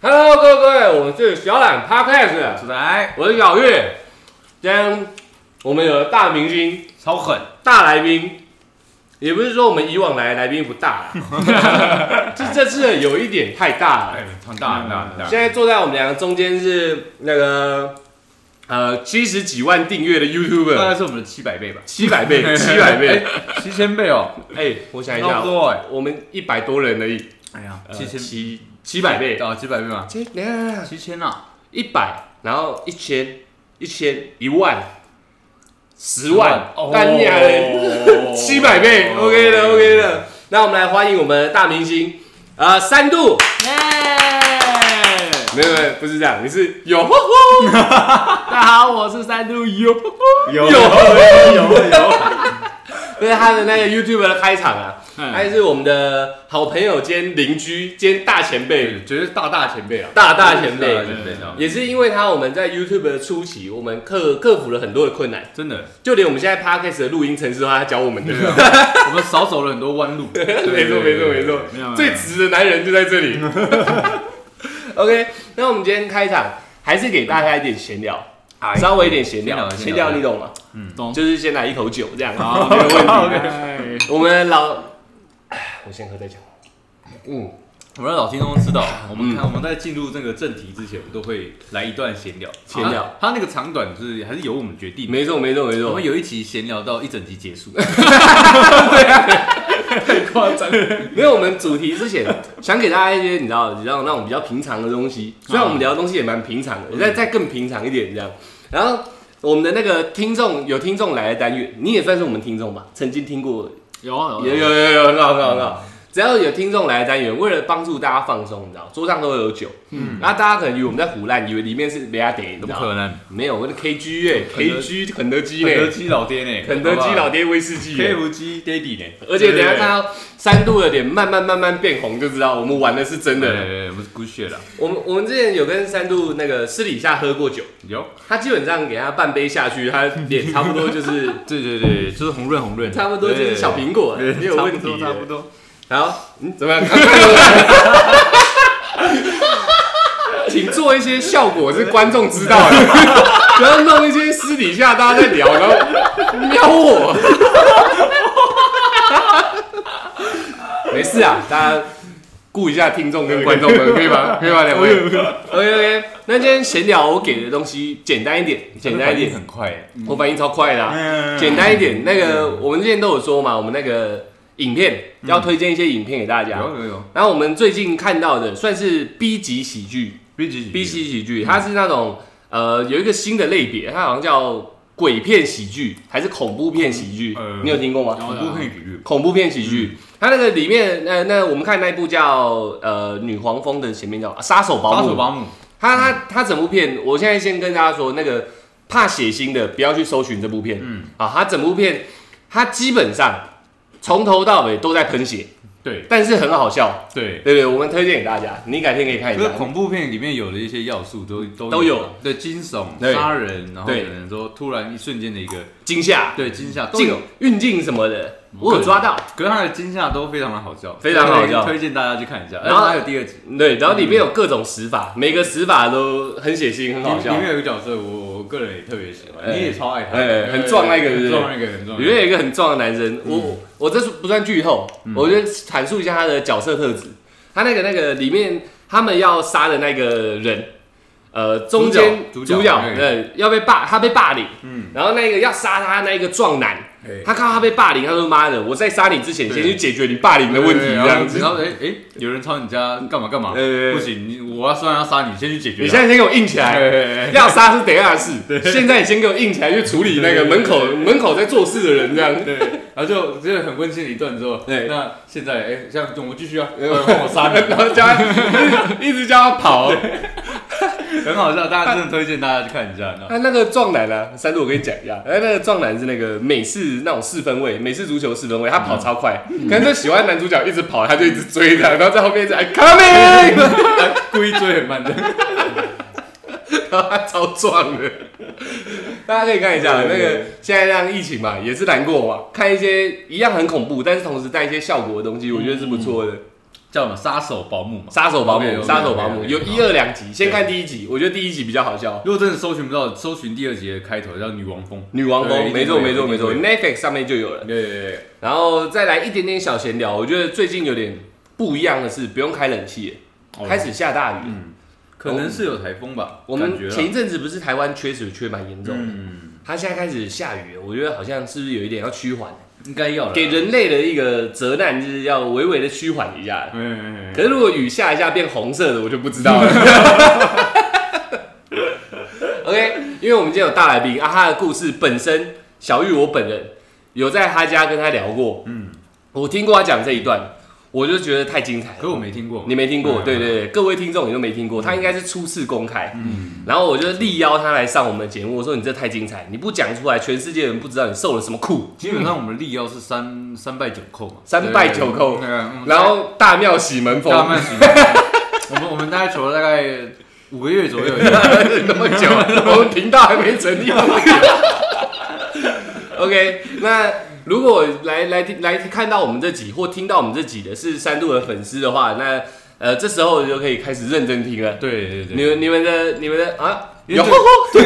Hello，各位，我们是小懒 Podcast，子来我是小月。今天我们有大明星、超狠，大来宾，也不是说我们以往来的来宾不大啦，这这次有一点太大了。哎，很大很大很大现，在坐在我们两个中间是那个呃七十几万订阅的大 YouTuber， 概是我们的七百倍吧，七百倍，七百倍。哎，七千倍哦，哎、我想一差下不，多哎，我们一百多人而已，哎呀，呃七千七七百倍，哦，七百倍嘛，这等一下等一下七千啊，一百，然后一千、一千、一万、十万万，干你娘嘞！七百倍，OK 的，OK 的。那我们来欢迎我们的大明星，呃，三度，耶！没有没有，不是这样，你是有呼呼大家好，我是三度哦优。有有有有有，就是他的那个 YouTube 的开场啊，嗯他是我们的好朋友兼邻居兼大前辈，对 绝对是大大前辈啊，大大前大大辈。前辈啊，也是因为他，我们在 YouTube 的初期，我们克克服了很多的困难，真的，就连我们现在 Podcast 的录音程式都他教我们的。我们少走了很多弯 路，没没错没错没错，没有最直的男人就在这里。OK，那我们今天开场还是给大家一点闲聊，稍微一点闲哎聊，嗯闲闲聊聊你懂吗？懂就是先来一口酒这样啊，没 没有有问题。问题，我们老，唉我先喝再讲。嗯，我们让老听众知道，我们看我们在进入这个正题之前，我们都会来一段闲聊，闲聊啊，它那个长短是还是由我们决定的。没错没错没我错们。有一期闲聊到一整集结 束，夸张，没有，我们主题之前 想给大家一些你知道，你知道那种比较平常的东西。虽然我们聊的东西也蛮平常的，再再更平常一点这样。然后我们的那个听众有听众来的单元，你也算是我们听众吧，曾经听过有有有有有有，很好很好很好。只要有听众来单元，为了帮助大家放松，你知道，桌上都会有酒，嗯，然后大家可能以为我们在胡乱，以为里面是没亚得，你怎知么道吗？可能？没有，我们是 KG 耶肯德，KG 肯德基肯德呢，基老爹呢？肯德基老爹威士忌耶，基 daddy 呢？而且等一下对看到三度的脸慢慢慢慢变红，就知道我们玩的是真对对哎的。对，我们是 good shit 啦，我们我们之前有跟三度那个私底下喝过酒，有，他基本上给他半杯下去，他脸差不多就是对对对，就是红润红润，差不多就是小苹果，啊对，没有问题差不多差不耶。多。好，嗯，怎么样？请做一些效果是观众知道的， 不要弄一些私底下大家在聊，然后瞄我。没事啊，大家顾一下听众跟观众们，可以吗？可以吗？两位？OK OK，那今天闲聊我给的东西简单一点，简单一点，很快耶，我反应超快的、啊。嗯简单一点，那个我们之前都有说嘛，我们那个影片要推荐一些影片给大家。有有有然后我们最近看到的算是 B 级喜剧，B 级，B 级嗯喜剧，它是那种呃有一个新的类别，它好像叫鬼片喜剧还是恐怖片喜剧呃，嗯你有嗯听过吗？恐怖片比喻，恐怖片喜剧，它那个里面呃那我们看那一部叫呃女黄蜂的前面叫啊杀手保巴姆手，保姆，他他他整部片，我现在先跟大家说，那个怕血腥的不要去搜寻这部片。嗯，啊，他整部片他基本上从头到尾都在喷血，对但是很好笑。对，对对，我们推荐给大家，你改天可以看一这个下。恐怖片里面有的一些要素都都都有，对惊悚、对杀人，然后对可能说突然一瞬间的一个惊吓、对惊吓都进有，运镜什么的，我有抓到。可是它的惊吓都非常的好笑，非常好笑推荐大家去看一下。然后而且它有第二集，对，然后里嗯面有各种死法，每个死法都很血腥，很好里笑里。面有一个角色，我我个人也特别喜欢，哎你也超爱他，哎对很壮那个很对不对壮那个，很里壮那个。面有一个很壮的男生，嗯我我这是不算剧透，我就阐述一下他的角色特质。他那个那个里面他们要杀的那个人，呃，中间主角主角主角对对要被霸，他被霸凌，嗯然后那个要杀他那个壮男，哎他看到他被霸凌，他说妈的，我在杀你之前对先去解决你霸凌的问题，对这样子然。后哎哎，有人抄你家干嘛干嘛？对对对不行，你我要虽然要杀你，先去解决它。啊你现在先给我硬起来，哎哎哎要杀是等一下的事，现在你先给我硬起来去处理那个门口门口在做事的人，这样。对，然后就就很温馨的一段之后，对那现在哎，像我们继续啊，哎帮我杀 然后叫他一直叫他跑，你，很好笑，大家真的推荐大家去看一下。 那他那个壮男啊，三度我跟你讲一嗯下，哎，那个壮男是那个美式那种四分卫，美式足球四分卫，他嗯跑超快，可能就喜欢男主角一直跑，他就一直追他，然后在后面一直哎 I'm 嗯 coming，故意追很慢的，然 后他超壮的，大家可以看一下对那对对个现在这样疫情嘛，也嗯是难过嘛，看一些一样很恐怖，但是同时带一些效果的东西，我觉得是不错的。叫什么杀手保姆嘛。杀手保 OK，OK，姆，杀手保姆 OK，OK，有 OK 一二两集，先看第一集，我觉得第一集比较好笑。如果真的搜寻不到，搜寻第二集的开头叫女王蜂。女王对风，一定没错会有没错一定没错会有，Netflix 上面就有了。对对对，然后再来一点点小闲聊，我觉得最近有点不一样的是，不用开冷气了，哦开始下大雨了。嗯，可能是有台风吧，我感觉们啦前一阵子不是台湾缺水缺蛮严重的，嗯，它现在开始下雨了，我觉得好像是不是有一点要趋缓，应该要啦给，人类的一个责难就是要微微的趋缓一下。嗯，可是如果雨下一下变红色的，我就不知道了。OK，因为我们今天有大来宾啊，他的故事本身，小玉我本人有在他家跟他聊过，嗯，我听过他讲这一段，我就觉得太精彩了。可是我没听过，你没听过，嗯对对对，各位听众你都没听过，他应该是初次公开，嗯，然后我就力邀他来上我们的节目，我说你这太精彩，你不讲出来，全世界人不知道你受了什么苦。基本上我们力要是三三拜九叩嘛，三拜九叩对对对嗯然后大庙喜门大风，半时间，我们我们大概求了大概五个月左 右，那么久，啊 我们频道还没成立。OK，那如果来来听来看到我们这集或听到我们这集的是三度的粉丝的话，那呃这时候就可以开始认真听了。对对你对们你们的你们的啊，因有为这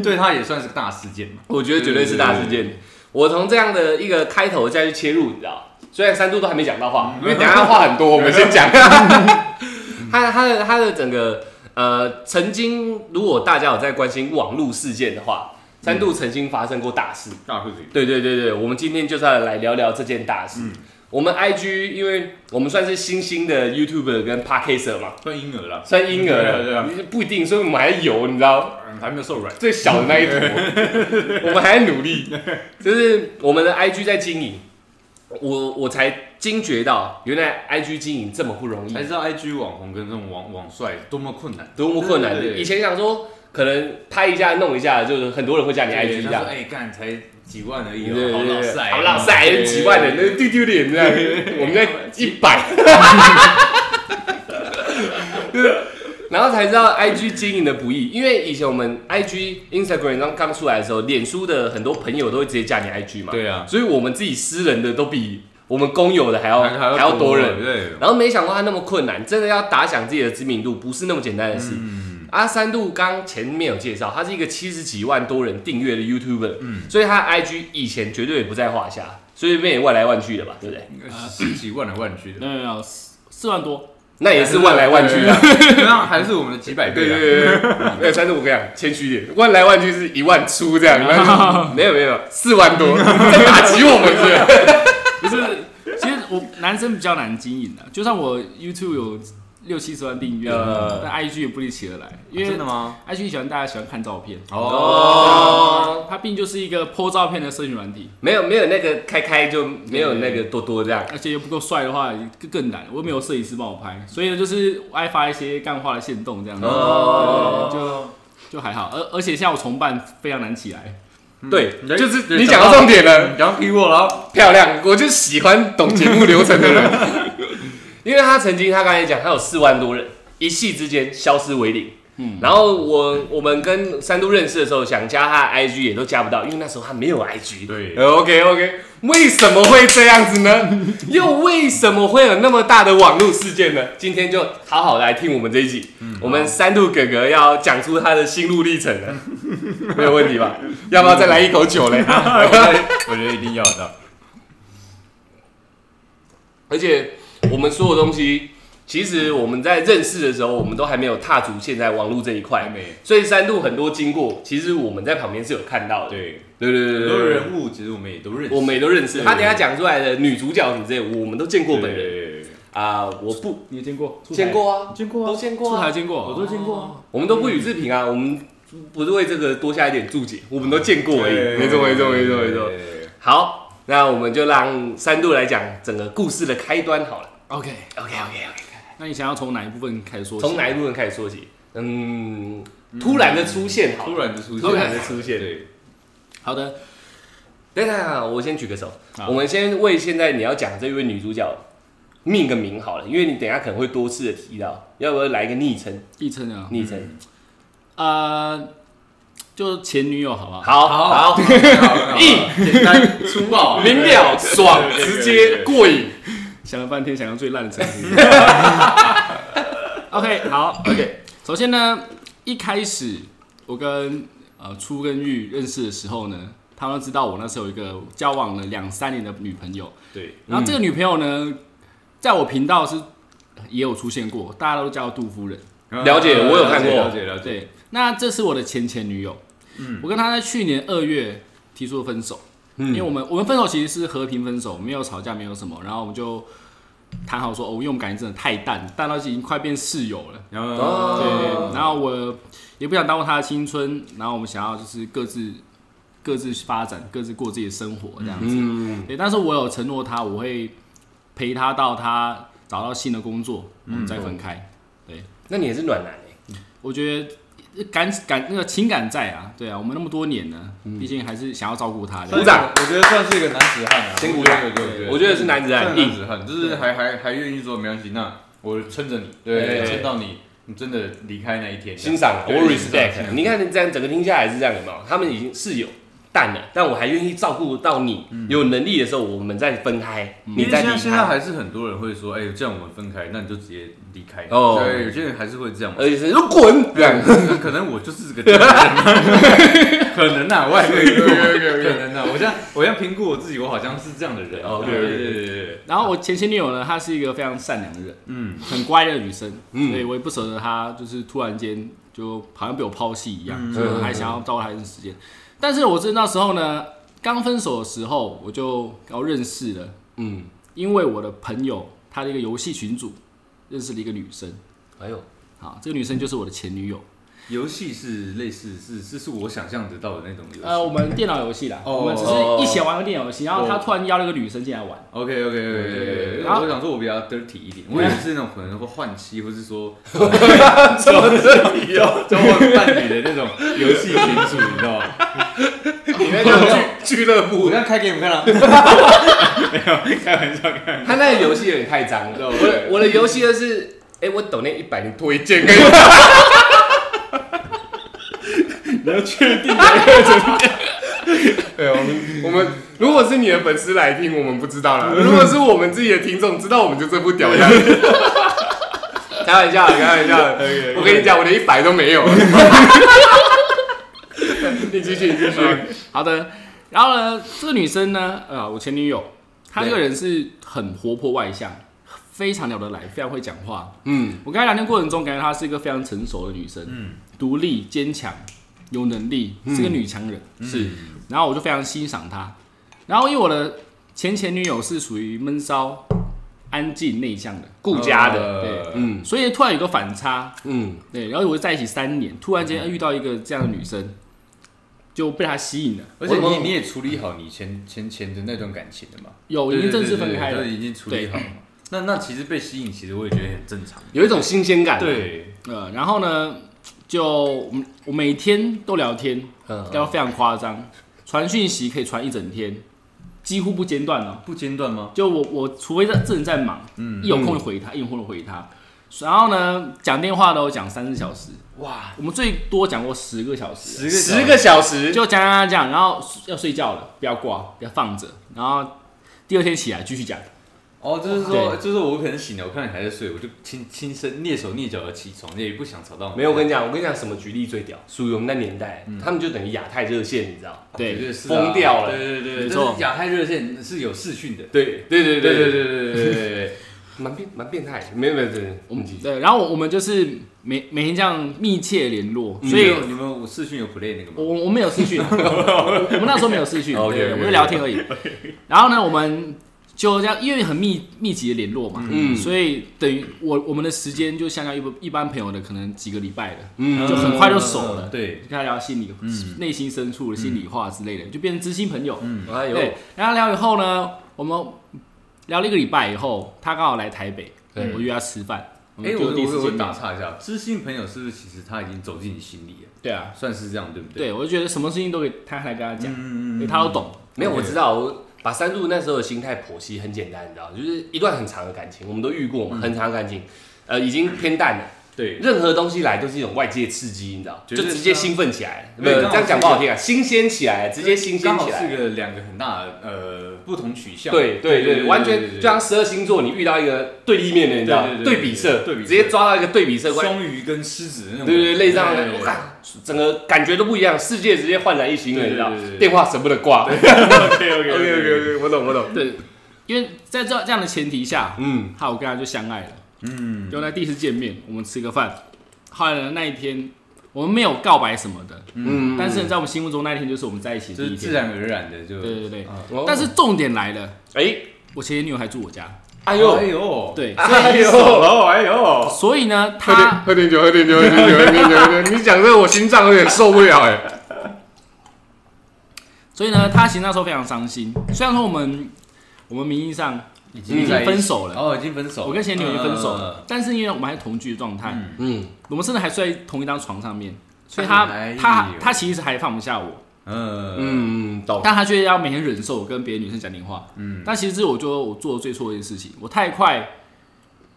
对，对他也算是个大事件嘛，我觉得绝对是大事对件。我从这样的一个开头再去切入，你知道，虽然三度都还没讲到嗯话，因为等一下话很多，我们先 讲。他他的他的整个呃，曾经如果大家有在关心网络事件的话，三度曾经发生过大事。大事情，对对对对，我们今天就是要来聊聊这件大事。嗯我们 IG，因为我们算是新兴的 YouTuber 跟 Podcaster 嘛，算婴儿啦，算婴儿了，对啊不一定，所以我们还有，你知道，嗯还没有受软，最小的那 一坨，我们还在努力，就是我们的 IG 在经营，我我才惊觉到原来 IG 经营这么不容易才，知道 IG 网红跟这种网网帅多么困难，多么困难的。对对对以前想说可能拍一下弄一下，就是很多人会加你 IG 这他样说，哎干才几万而已对哦，对好对老对，塞，好老塞，几万人，那丢丢脸这样，我们在一百， 然后才知道 IG 经营的不易，因为以前我们 IG、Instagram 刚刚出来的时候，脸书的很多朋友都会直接加你 IG 嘛，对啊，所以我们自己私人的都比我们公有的还要还还要多人。对，然后没想到它那么困难，真的要打响自己的知名度，不是那么简单的事。嗯，阿三度刚前面有介绍，他是一个七十几万多人订阅的 YouTuber，嗯所以他的 IG 以前绝对也不在话下，所以便也万来万去的吧，对不对？十几万来万去的。没有没有四四万多，那也是万来万去的。的，那啊还是我们的几百倍对啊。对对对，对，三度我跟你讲，谦虚一点，万来万去是一万出这样，没有没有四万多，在打击我们是不是？不是，其实我男生比较难经营的、就算我 YouTube 有六七十万订阅，呃但 IG 也不一定起得来，因真为的吗？ IG 喜欢大家喜欢看照片，哦它并就是一个 po 照片的社群软体，没有没有那个开开就没有那个多多这样。而且又不够帅的话更更难，我又没有摄影师帮我拍，所以呢就是我爱发一些干话的线动这样子，哦对就就还好，而而且像我重办非常难起来，对，嗯就是对你讲讲到到重点了，你刚 P 我了，漂亮，我就喜欢懂节目流程的人，因为他曾经他刚才讲，他有四万多人，一夕之间消失为零。嗯，然后我我们跟三都认识的时候，想加他的 IG 也都加不到，因为那时候他没有 IG。对，OK OK，为什么会这样子呢？又为什么会有那么大的网络事件呢？今天就好好来听我们这一集，我们三度哥哥要讲出他的心路历程了，没有问题吧？要不要再来一口酒嘞？我觉得我觉得一定要的。而且我们所有东西，其实我们在认识的时候，我们都还没有踏足现在网络这一块还，没所以三度很多经过，其实我们在旁边是有看到的。对，对对对很对多对对，人物其实我们也都认识，我们也都认识。对他等一下讲出来的女主角什么之类，我们都见过对本人对对啊，我不你有见过？见过啊，见过都啊，见过出啊台，见过，我都见过啊。我们都不予置评啊，我们不是为这个多下一点注解，我们都见过而已。没错没错没错没错。。好，那我们就让三度来讲整个故事的开端好了。 OK， OK OK OK。那你想要从哪一部分开始说起？从哪一部分开始说起？嗯，突然的出现好了，突然的出现，突然的出现对，好的，等等，我先举个手，好我们先为现在你要讲这位女主角命个名好了，因为你等一下可能会多次的提到，要不要来一个昵称？一琛啊，昵称，呃，就前女友好不好？好好， 硬，简单粗暴，明了，爽，对对直对接过瘾。想了半天，想到最烂的称呼。OK，好，OK。首先呢，一开始我跟呃初跟玉认识的时候呢，他们都知道我那时候有一个交往了两三年的女朋友，对，然后这个女朋友呢，在我频道是也有出现过，大家都叫杜夫人。了解我有看过啊了解了解，对，那这是我的前前女友。嗯，我跟她在去年二月提出了分手，因为我们我们分手其实是和平分手，没有吵架，没有什么，然后我们就谈好说，哦，因为我们感情真的太淡，淡到已经快变室友了。然后哦对，然后我也不想耽误她的青春，然后我们想要就是各自各自发展，各自过自己的生活这样子。嗯，对，但是我有承诺她，我会陪她到她找到新的工作，我们再分开。那你也是暖男哎、我觉得感感那个情感在啊，对啊，我们那么多年了，毕竟还是想要照顾他鼓的。掌我觉得算是一个男子汉啊，先鼓掌对对对，我觉得是男子汉算男子汉，就是还还还愿意说没关系，那我撑着你，对，对撑到你你真的离开那一天，欣赏我对欣赏 respect。你看这样整个听下来是这样的嘛？他们已经室友淡了，但我还愿意照顾到你，有能力的时候我们再分开，你嗯因为再现离在现在开。还是很多人会说，哎、这样我们分开，那你就直接离开。哦呃对，有些人还是会这样嘛。而且是滚这样，可能我就是这个贱人， 可能啊，我也没遇过，可能啊，我这样我要评估我自己，我好像是这样的人。哦对对对对对对，然后我前前女友呢，她是一个非常善良的人，嗯，很乖的女生，嗯所以我也不舍得她，就是突然间就好像被我抛弃一样，嗯所以我还想要照顾她一段时间。但是我是那时候呢，刚分手的时候我就要认识了，嗯，因为我的朋友他的一个游戏群组认识了一个女生，哎呦，好，这个女生就是我的前女友，游戏是类似是是是我想象得到的那种游戏。呃，我们电脑游戏啦，哦我们只是一起玩个电脑游戏，然哦后他突然邀了一个女生进来玩， OK OK OK OK，好我想说我比较 dirty 一点，我也是那种可能会换妻，或是 说怎么这里有？交换伴侣的那种游戏群组，你知道吗？你 那叫俱俱乐部我，刚开给你们看了，没有，开玩笑，开玩笑。他那个游戏有点太脏了。对我的我的游戏就是，哎，我抖那一百，你推荐给我。 你要确定？啊对，我们我们如果是你的粉丝来听，我们不知道啦。如果是我们自己的听众知道，我们就这副屌样。 开玩笑，开玩笑。我跟你讲，我连一百都没有。 你继续，你继续。好的，然后呢，这个女生呢，呃，我前女友，她这个人是很活泼外向，非常聊得来，非常会讲话。嗯，我跟她聊天过程中，感觉她是一个非常成熟的女生，嗯，独立、坚强、有能力，嗯是个女强人。是然后我就非常欣赏她。然后因为我的前前女友是属于闷骚、安静、内向的，顾家的。对嗯所以突然有个反差，嗯，对，然后我在一起三年，突然嗯间遇到一个这样的女生，就被她吸引了。而且我你你也处理好你前前前的那段感情了嘛？有已经正式分开对对了对对，已经处理好了嘛。那那其实被吸引，其实我也觉得很正常。有一种新鲜感。，对，呃，然后呢，就我们我每天都聊天，嗯，聊得非常夸张，传讯息可以传一整天，几乎不间断哦。不间断吗？就我我除非在这人在忙，嗯，一有空就回他，一有空就回他。然后呢，讲电话都讲三四小时，哇，我们最多讲过十个小时，十个十个小时。就讲讲讲讲，然后要睡觉了，不要挂，不要放着，然后第二天起来继续讲。哦，就是说，就是我可能醒了，我看你还在睡，我就轻轻声蹑手蹑脚的起床，也不想吵到你。没有，我跟你讲，我跟你讲，什么举例最屌？属于我们那年代，他们就等于亚太热线，你知道？绝对，对是啊疯掉了对对对，没错但是亚太热线是有视讯的。对，对，对，对，对，对对对对对，蛮变，蛮变态。没有，没有，对，我们继续。对，然后我们就是每每天这样密切联络，所所以以你们有视讯有 play 那个我吗？我们有视 讯，我我们那时候没有视讯，对 OK，OK，OK 我们就聊天而已。然后呢，我们就这样，因为很密密集的联络嘛，嗯所以等于我我们的时间就相当于一般一般朋友的可能几个礼拜了，嗯就很快就熟了对，跟他聊心里内心深处的心里话之类的，就变成知心朋友。哎呦，对，然后聊以后呢，我们聊了一个礼拜以后，他刚好来台北，对我约他吃饭，哎，们我就第一我次我见面打。岔一下，知心朋友是不是其实他已经走进你心里了？对啊，算是这样，对不对？对我就觉得什么事情都可以摊开来跟他讲，嗯因为他都懂。没有，对我知道，我把三鹿那时候的心态剖嗯析很简单，你知道，就是一段很长的感情，我们都遇过嘛，很长的感情，呃，已经偏淡了。对，任何东西来都是一种外界刺激，你知道，绝就对啊直接兴奋起来，对没有刚好这样讲不好听啊，新鲜起来，直接新刚鲜好起来。是个两个很大的呃不同取向，对对对，完全就像十二星座，你遇到一个对立面的，你知道对对，对对比色，对比色直接抓到一个对比色关系，双鱼跟狮子那种，对对对，类似这样对的，我看整个感觉都不一样，世界直接焕然一新了，对你知道对对对，电话舍不得挂。 OK OK OK，我懂我嗯懂，对，因为在这这样的前提下，嗯，好，我跟他就相爱了。嗯，就在第一次见面，我们吃个饭。后来呢，那一天我们没有告白什么的，嗯但是在我们心目中那一天就是我们在一起就的第是一自天。然而然的就，对对对对。啊哦但是重点来了，哎，我前前女友还住我家。哎哎呦呦，呦，对，哎手呦， 了，哎呦，所以呢，她喝点酒，喝点酒，喝点酒，喝点酒，喝点酒，你讲这个我心脏有点受不了哎。所以呢，她其实那时候非常伤心。虽然说我们我们名义上已已经分手了，哦，已经分手了，我跟前女友已经分手嗯了，，但是因为我们还是同居的状态，嗯嗯，我们甚至还睡在同一张床上面，所以哎她呦她她其实还放不下我，嗯嗯，懂。但她却要每天忍受我跟别的女生讲电话。嗯，但其实我觉得我做的最错的一件事情，我太快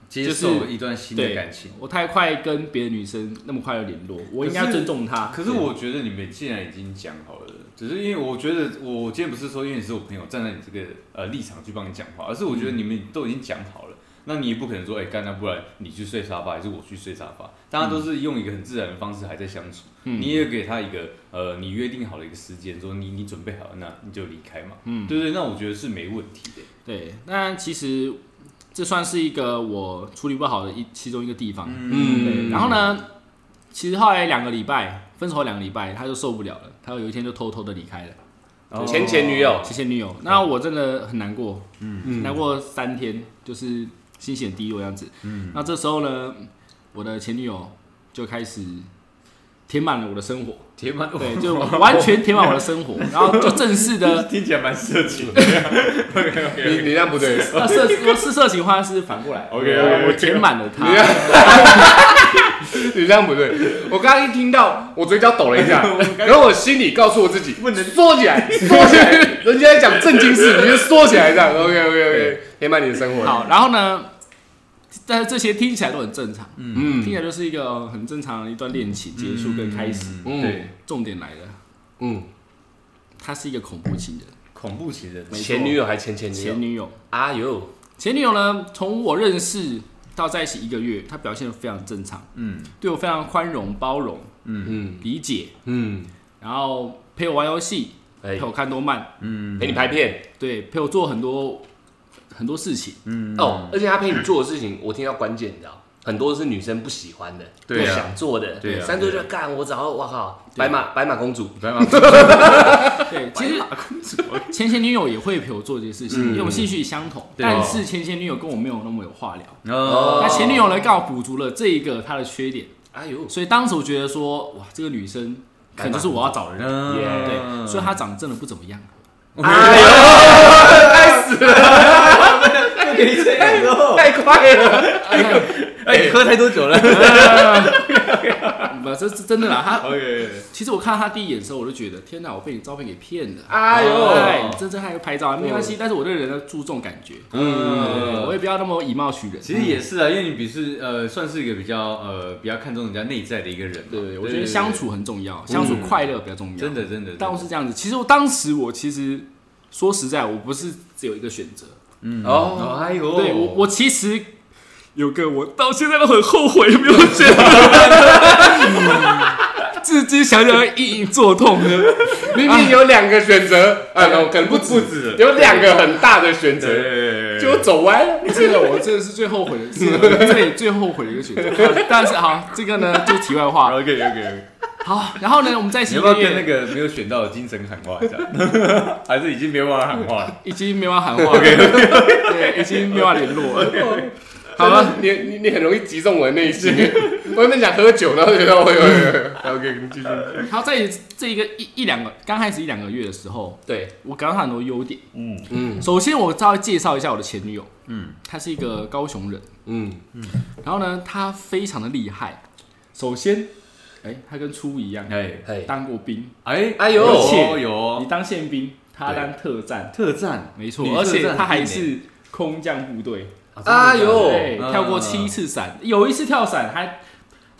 接受一段新的感情。我太快跟别的女生那么快的联络，我应可该是尊重她。可是我觉得你们既然已经讲好了，只是因为我觉得我今天不是说因为你是我朋友站在你这个呃立场去帮你讲话，而是我觉得你们都已经讲好了，那你也不可能说哎干、那不然你去睡沙发还是我去睡沙发，大家都是用一个很自然的方式还在相处，嗯你也给他一个呃你约定好了一个时间，说你你准备好了那你就离开嘛，嗯对对，那我觉得是没问题的，对，那其实这算是一个我处理不好的一其中一个地方。嗯对，然后呢，其实后来两个礼拜，分手后两个礼拜，他就受不了了，他有一天就偷偷的离开了，哦前前女友谢谢女友。那我真的很难过，嗯，难过三天，就是心情很低落这样子。嗯，那这时候呢，我的前女友就开始填满了我的生活，填满对， 就完全填满我的生活，然后就正式的听起来蛮色情的。OK 你 OK 你那不对， 你那色我是色情话是反过来 OK，OK，OK 我我填满了它。那 你这样不对。我刚刚一听到，我嘴角抖了一下，然后我心里告诉我自己，不能缩起来，缩起来。人家在讲正经事，你就缩起来这样。OK OK OK，填满你的生活。，好，然后呢，但是这些听起来都很正常，听嗯起来就是一个很正常的一段恋情结束跟开始。嗯嗯对，重点来了，嗯，他是一个恐怖情人，恐怖情人，没错前女友还前前女前友？女友，啊哟，前女友呢，从我认识到在一起一个月，她表现得非常正常，嗯对我非常宽容、包容、嗯理解，嗯，然后陪我玩游戏，哎陪，我看动漫，嗯陪你拍片对，陪我做很多很多事情。嗯哦，而且他陪你做的事情，我听到关键，你知道。很多是女生不喜欢的，对啊不想做的，对啊三多就干，我找我靠，对白马白马公主， 白马对，其实啊前前女友也会陪我做这些事情，嗯因为我们兴趣相同。对哦但是前前女友跟我没有那么有话聊，哦那前女友呢刚好补足了这一个她的缺点，哎 呦，所以当时我觉得说，哇，这个女生可能就是我要找的人。嗯耶对，所以她长得真的不怎么样。哎呦，开始了，不可以哎这样哦。 太快了， 哎，你喝太多酒了。不，这是真的啦。她 OK，其实我看到她第一眼的时候，我就觉得天哪，我被你照片给骗了。哎呦，哎，真正还有拍照啊，没关系。但是我这个人呢，注重感觉，对我嗯，也不要那么以貌取人。其实也是啊，因为你比是呃，算是一个比较呃比较看重人家内在的一个人嘛。对，我觉得相处很重要，相处快乐比较重要。嗯真的真的，当时是这样子，其实我当时我其实说实在，我不是只有一个选择，嗯哦哎呦，对我我其实有个我到现在都很后悔没有选择， 至今想想隐隐作痛呢。明明有两个选择，啊，no，可能不不止，止，有两个很大的选择，对，就走歪了。这个我真的是最后悔的， 是我这里最后悔的一个选择。好 但是好，这个呢就题外话。 OK OK。好，然后呢，我们在一你起一要不要个跟那月，个没有选到的精神喊话一下？ 还是已经没办法喊话了？已经没法喊话， 对，已经没法联络了。好了，你哦你你很容易击中我的内 心。我原本想喝酒，然后觉得哦哎我有有 OK，你继续。然后在这一个一一两个刚开始一两个月的时候，对，我感到她很多优点。嗯嗯首先，我稍微介绍一下我的前女友，嗯，她是一个高雄人，嗯，然后呢，她非常的厉害。首先，哎、她跟初一样， 哎哎，当过兵，哎哎呦有哦有哦你当宪兵，她当特战，特战，没错女，而特且战她还很硬欸是空降部队，哎呦对，嗯跳过七次伞，有一次跳伞还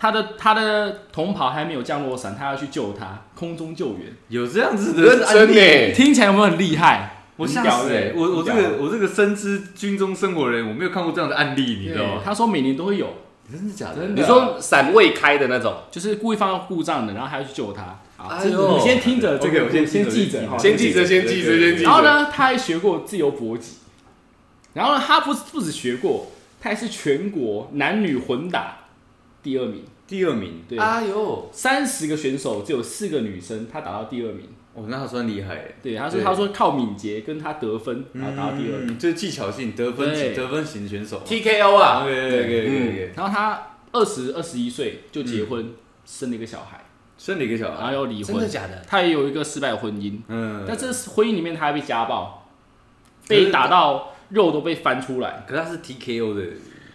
他的他的同袍还没有降落伞，他要去救他，空中救援，有这样子认的案真例呢、听起来有没有很厉害？我很吓屌死、欸欸！我我这很屌个我这个深知军中生活的人，我没有看过这样的案例，你知道对吗？他说每年都会有，真的假的？啊真的你说伞未开的那种，就是故意放到故障的，然后还要去救他。啊，哎这呦个你先听着这 OK，个，我先先听着记着先哈，先记着，先记着，先记然后着。呢，他还学过自由搏击，然后呢，他不不止学过，他还是全国男女混打第二名。第二名，对，哎呦，三十、个选手只有四个女生，他打到第二名。哦，那他算厉害欸，对，他说对他说靠敏捷跟他得分，然后打到第二名。嗯，就是技巧性得分对嗯得分型选手。 TKO 啊， OK OK OK，然后他二十二十一岁就结婚，生了一个小孩，生了一个小然后孩，又离真的婚。假的？他也有一个失败婚姻，嗯，啊但这婚姻里面他还被家暴，被打到肉都被翻出来，可是他是 TKO 的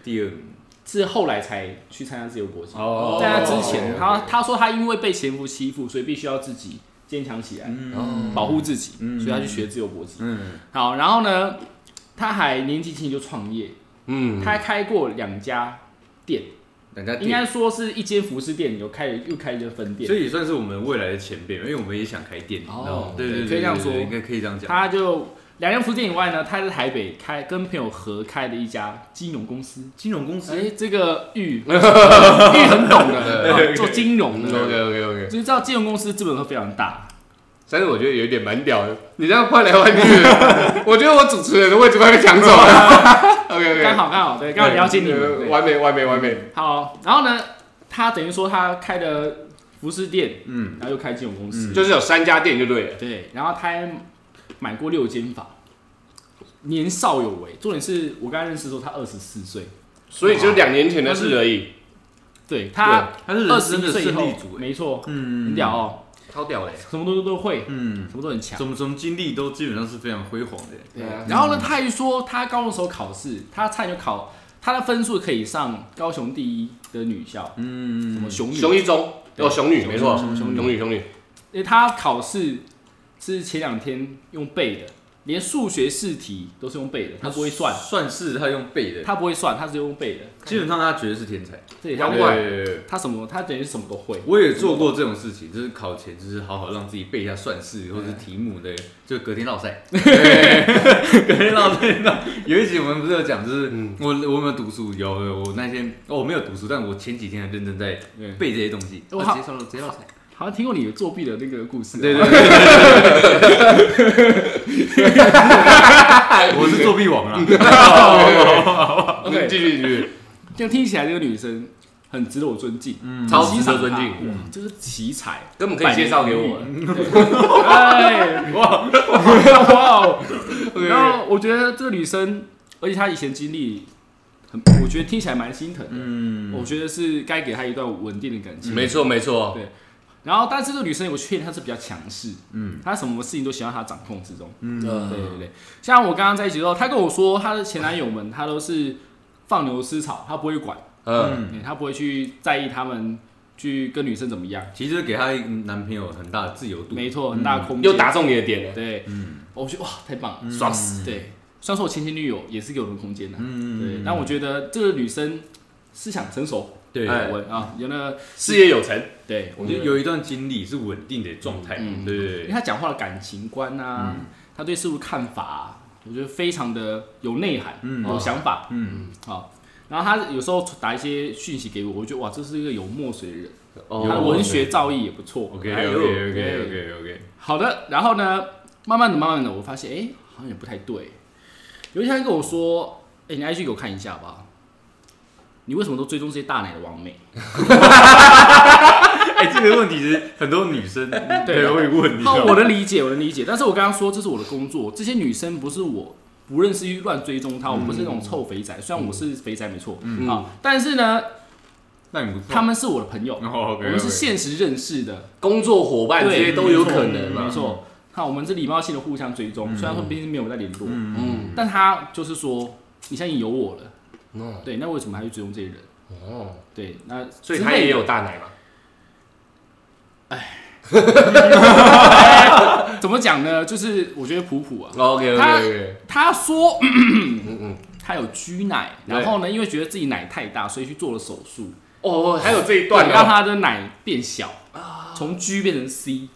第二名是后来才去参加自由搏击。哦在啊他之前，哦他他说他因为被前夫欺负，所以必须要自己坚强起来，哦保护自己，嗯所以他去学自由搏击。嗯，好，然后呢，他还年纪轻就创业，嗯，他还开过两家店，人家应第，该说是一间服饰店，有开了又开了一间分所店。以也算是我们未来的前辈，因为我们也想开店，你知道哦吗？对对对，对可以这样对对说应该可以这样讲。他就两间服饰店以外呢，他在台北开跟朋友合开的一家金融公司。金融公哎、司这 个玉玉很懂 的，对啊做金融的， OK OK OK，所以知道金融公司资本会非常大。但是我觉得有一点蛮屌的，你这样换来换去的， 我觉得我主持人的位置快被抢走了。OK OK，刚好刚好对，刚好了解你们。对完美完美完美。好，然后呢，他等于说他开的服饰店，嗯，然后又开金融公司，就是有三家店就对了。对，然后他还买过六间房，年少有为。重点是我刚才认识的时候他二十四岁，所以就两年前的事而已，对他他是二人十生一的岁以胜后利组，，哎没错，嗯，很屌，哦，超屌嘞！什么东西都会，嗯，什么都很强。什么什么经历都基本上是非常辉煌的，对对啊，然后呢，他还说他高中时候考试，他差点就考，他的分数可以上高雄第一的女校，嗯，什么雄女，熊一中哦，熊女没错，熊熊女女熊女，因为他考试是前两天用背的，连数学试题都是用背的，他不会算，算是他用背的，他不会算，他是用背的。基本上他绝对是天才。这也难他怪对对对对他什么，他等于什么都会。我也做过这种事情，就是考前就是好好让自己背一下算式或者是题目的，就隔天落 赛，隔天落赛那有一集我们不是有讲，就是嗯我我有没有读书？有，有我那天哦我没有读书，但我前几天很认真在对背这些东西，我啊好直接上路直接落赛。好像听过你作弊的那个故事、啊对 对，对， 我是作弊王啊！嗯 OK 继续继续，这样听起来这个女生很值得我尊敬，嗯，超级值得尊敬，就是奇才，根本可以介绍给我。 哎，哇，哇哦！ OK，然后我觉得这个女生，而且她以前经历很，我觉得听起来蛮心疼的，嗯，我觉得是该给她一段稳定的感情。没错没错，然后，但是这个女生我确定她是比较强势，嗯，她什么事情都喜欢她掌控之中。对嗯，对对，像我刚刚在一起的时候，她跟我说她的前男友们，她都是放牛吃草，她不会管，嗯，嗯，她不会去在意他们去跟女生怎么样。其实给她男朋友很大的自由度，没错，很大的空间。又打中你的点了，对，嗯哦我觉得哇，太棒了，爽死！对，虽然说我前前女友也是给我的空间的，嗯对，但我觉得这个女生思想成熟，对，嗯哎我啊，有那个事业有成，对，我觉得有一段经历是稳定的状态，嗯对因对为他讲话的感情观啊，嗯他对事物看法、啊，我觉得非常的有内涵，嗯有想法，嗯，好、然后他有时候打一些讯息给我，我觉得哇，这是一个有墨水的人，哦他的文学造诣也不错。 ，OK 哎 OK 呦 OK OK OK，好的，然后呢，慢慢的、慢慢的，我发现，哎、好像也不太对。有一天他跟我说，哎、你 IG 给我看一下吧，你为什么都追踪这些大奶的网美？哎，这个问题其实很多女 生对会问，你知道那我吗？能理解，我能理解，但是我刚刚说这是我的工作，这些女生不是我不认识去乱追踪她，我不是那种臭肥仔，虽然我是肥仔没错嗯啊，但是呢，那你不错他，们是我的朋友，哦我 OK，们是现实认识的，工作伙伴这对，些哎都有可能啊没嘛。错。看我们是礼貌性的互相追踪，虽然说毕竟没有在联络，嗯，但他就是说你相信有我了，哦对，那为什么还去追踪这些人？哦，对，那所以之他类也的有大奶嘛。怎么讲呢？就是我觉得普普啊， OK OK OK，他说嗯嗯，他有居奶，对然后呢，因为觉得自己奶太大，所以去做了手术。哦，还有这一段对，让哦，他的奶变小，啊从 G 变成 C，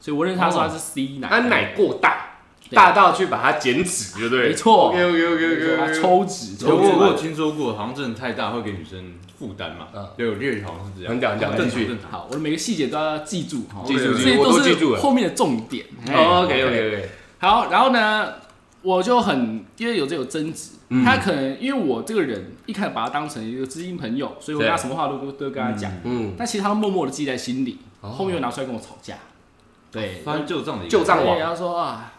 所以我认识他说他是 C 奶，哦他奶过大，对大到去把它减脂，对不对？没错 OK OK OK 把 OK，它抽脂，我抽我我有脂。听说过，好像真的太大会给女生负担嘛嗯。对，我略好像是这样。很屌很屌正继常续正常。好，我的每个细节都要记住哈，记住这记住些我都都记住是了后面的重点。哦 OK OK OK，好，然后呢，我就很因为有这有争执，他可能因为我这个人一开始把他当成一个知心朋友，所以我跟他对什么话都都跟他讲，嗯，但其实他默默的记在心里，哦后面又拿出来跟我吵架，对，反正就这样的一个，就这样对，他说啊，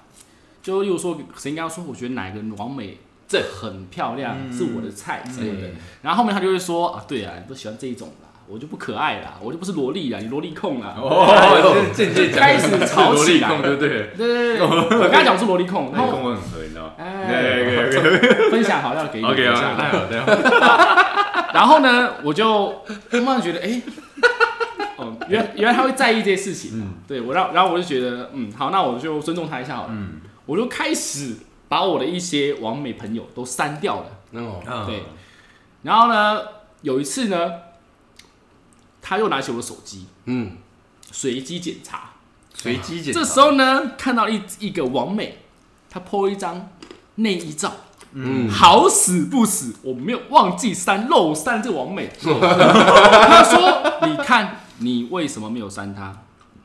就又说谁跟他说，我觉得哪个王美这很漂亮，是我的菜什嗯么的。然后后面他就会说啊，对啊，你不喜欢这一种啦，我就不可爱啦，我就不是萝莉啦，你萝莉控啦。哦，间接讲开始吵起来是萝莉控对不对？对对对对，我跟他讲我是萝莉控，然那你后跟我很合，你知道吗？哎，对对对分享好料给你。 ，OK 分啊，享太好太好。然后呢，我就慢慢觉得，哎、哦，原来原来他会在意这些事情、嗯对我让，然后我就觉得，嗯，好，那我就尊重他一下好了。嗯我就开始把我的一些完美朋友都删掉了。哦，啊对然后呢，有一次呢，他又拿起我的手机嗯，随机检查，随机检查。这时候呢，看到一一个完美，他 po 一张内衣照。嗯好死不死，我没有忘记删漏删这个 王美。他说：“你看，你为什么没有删他？”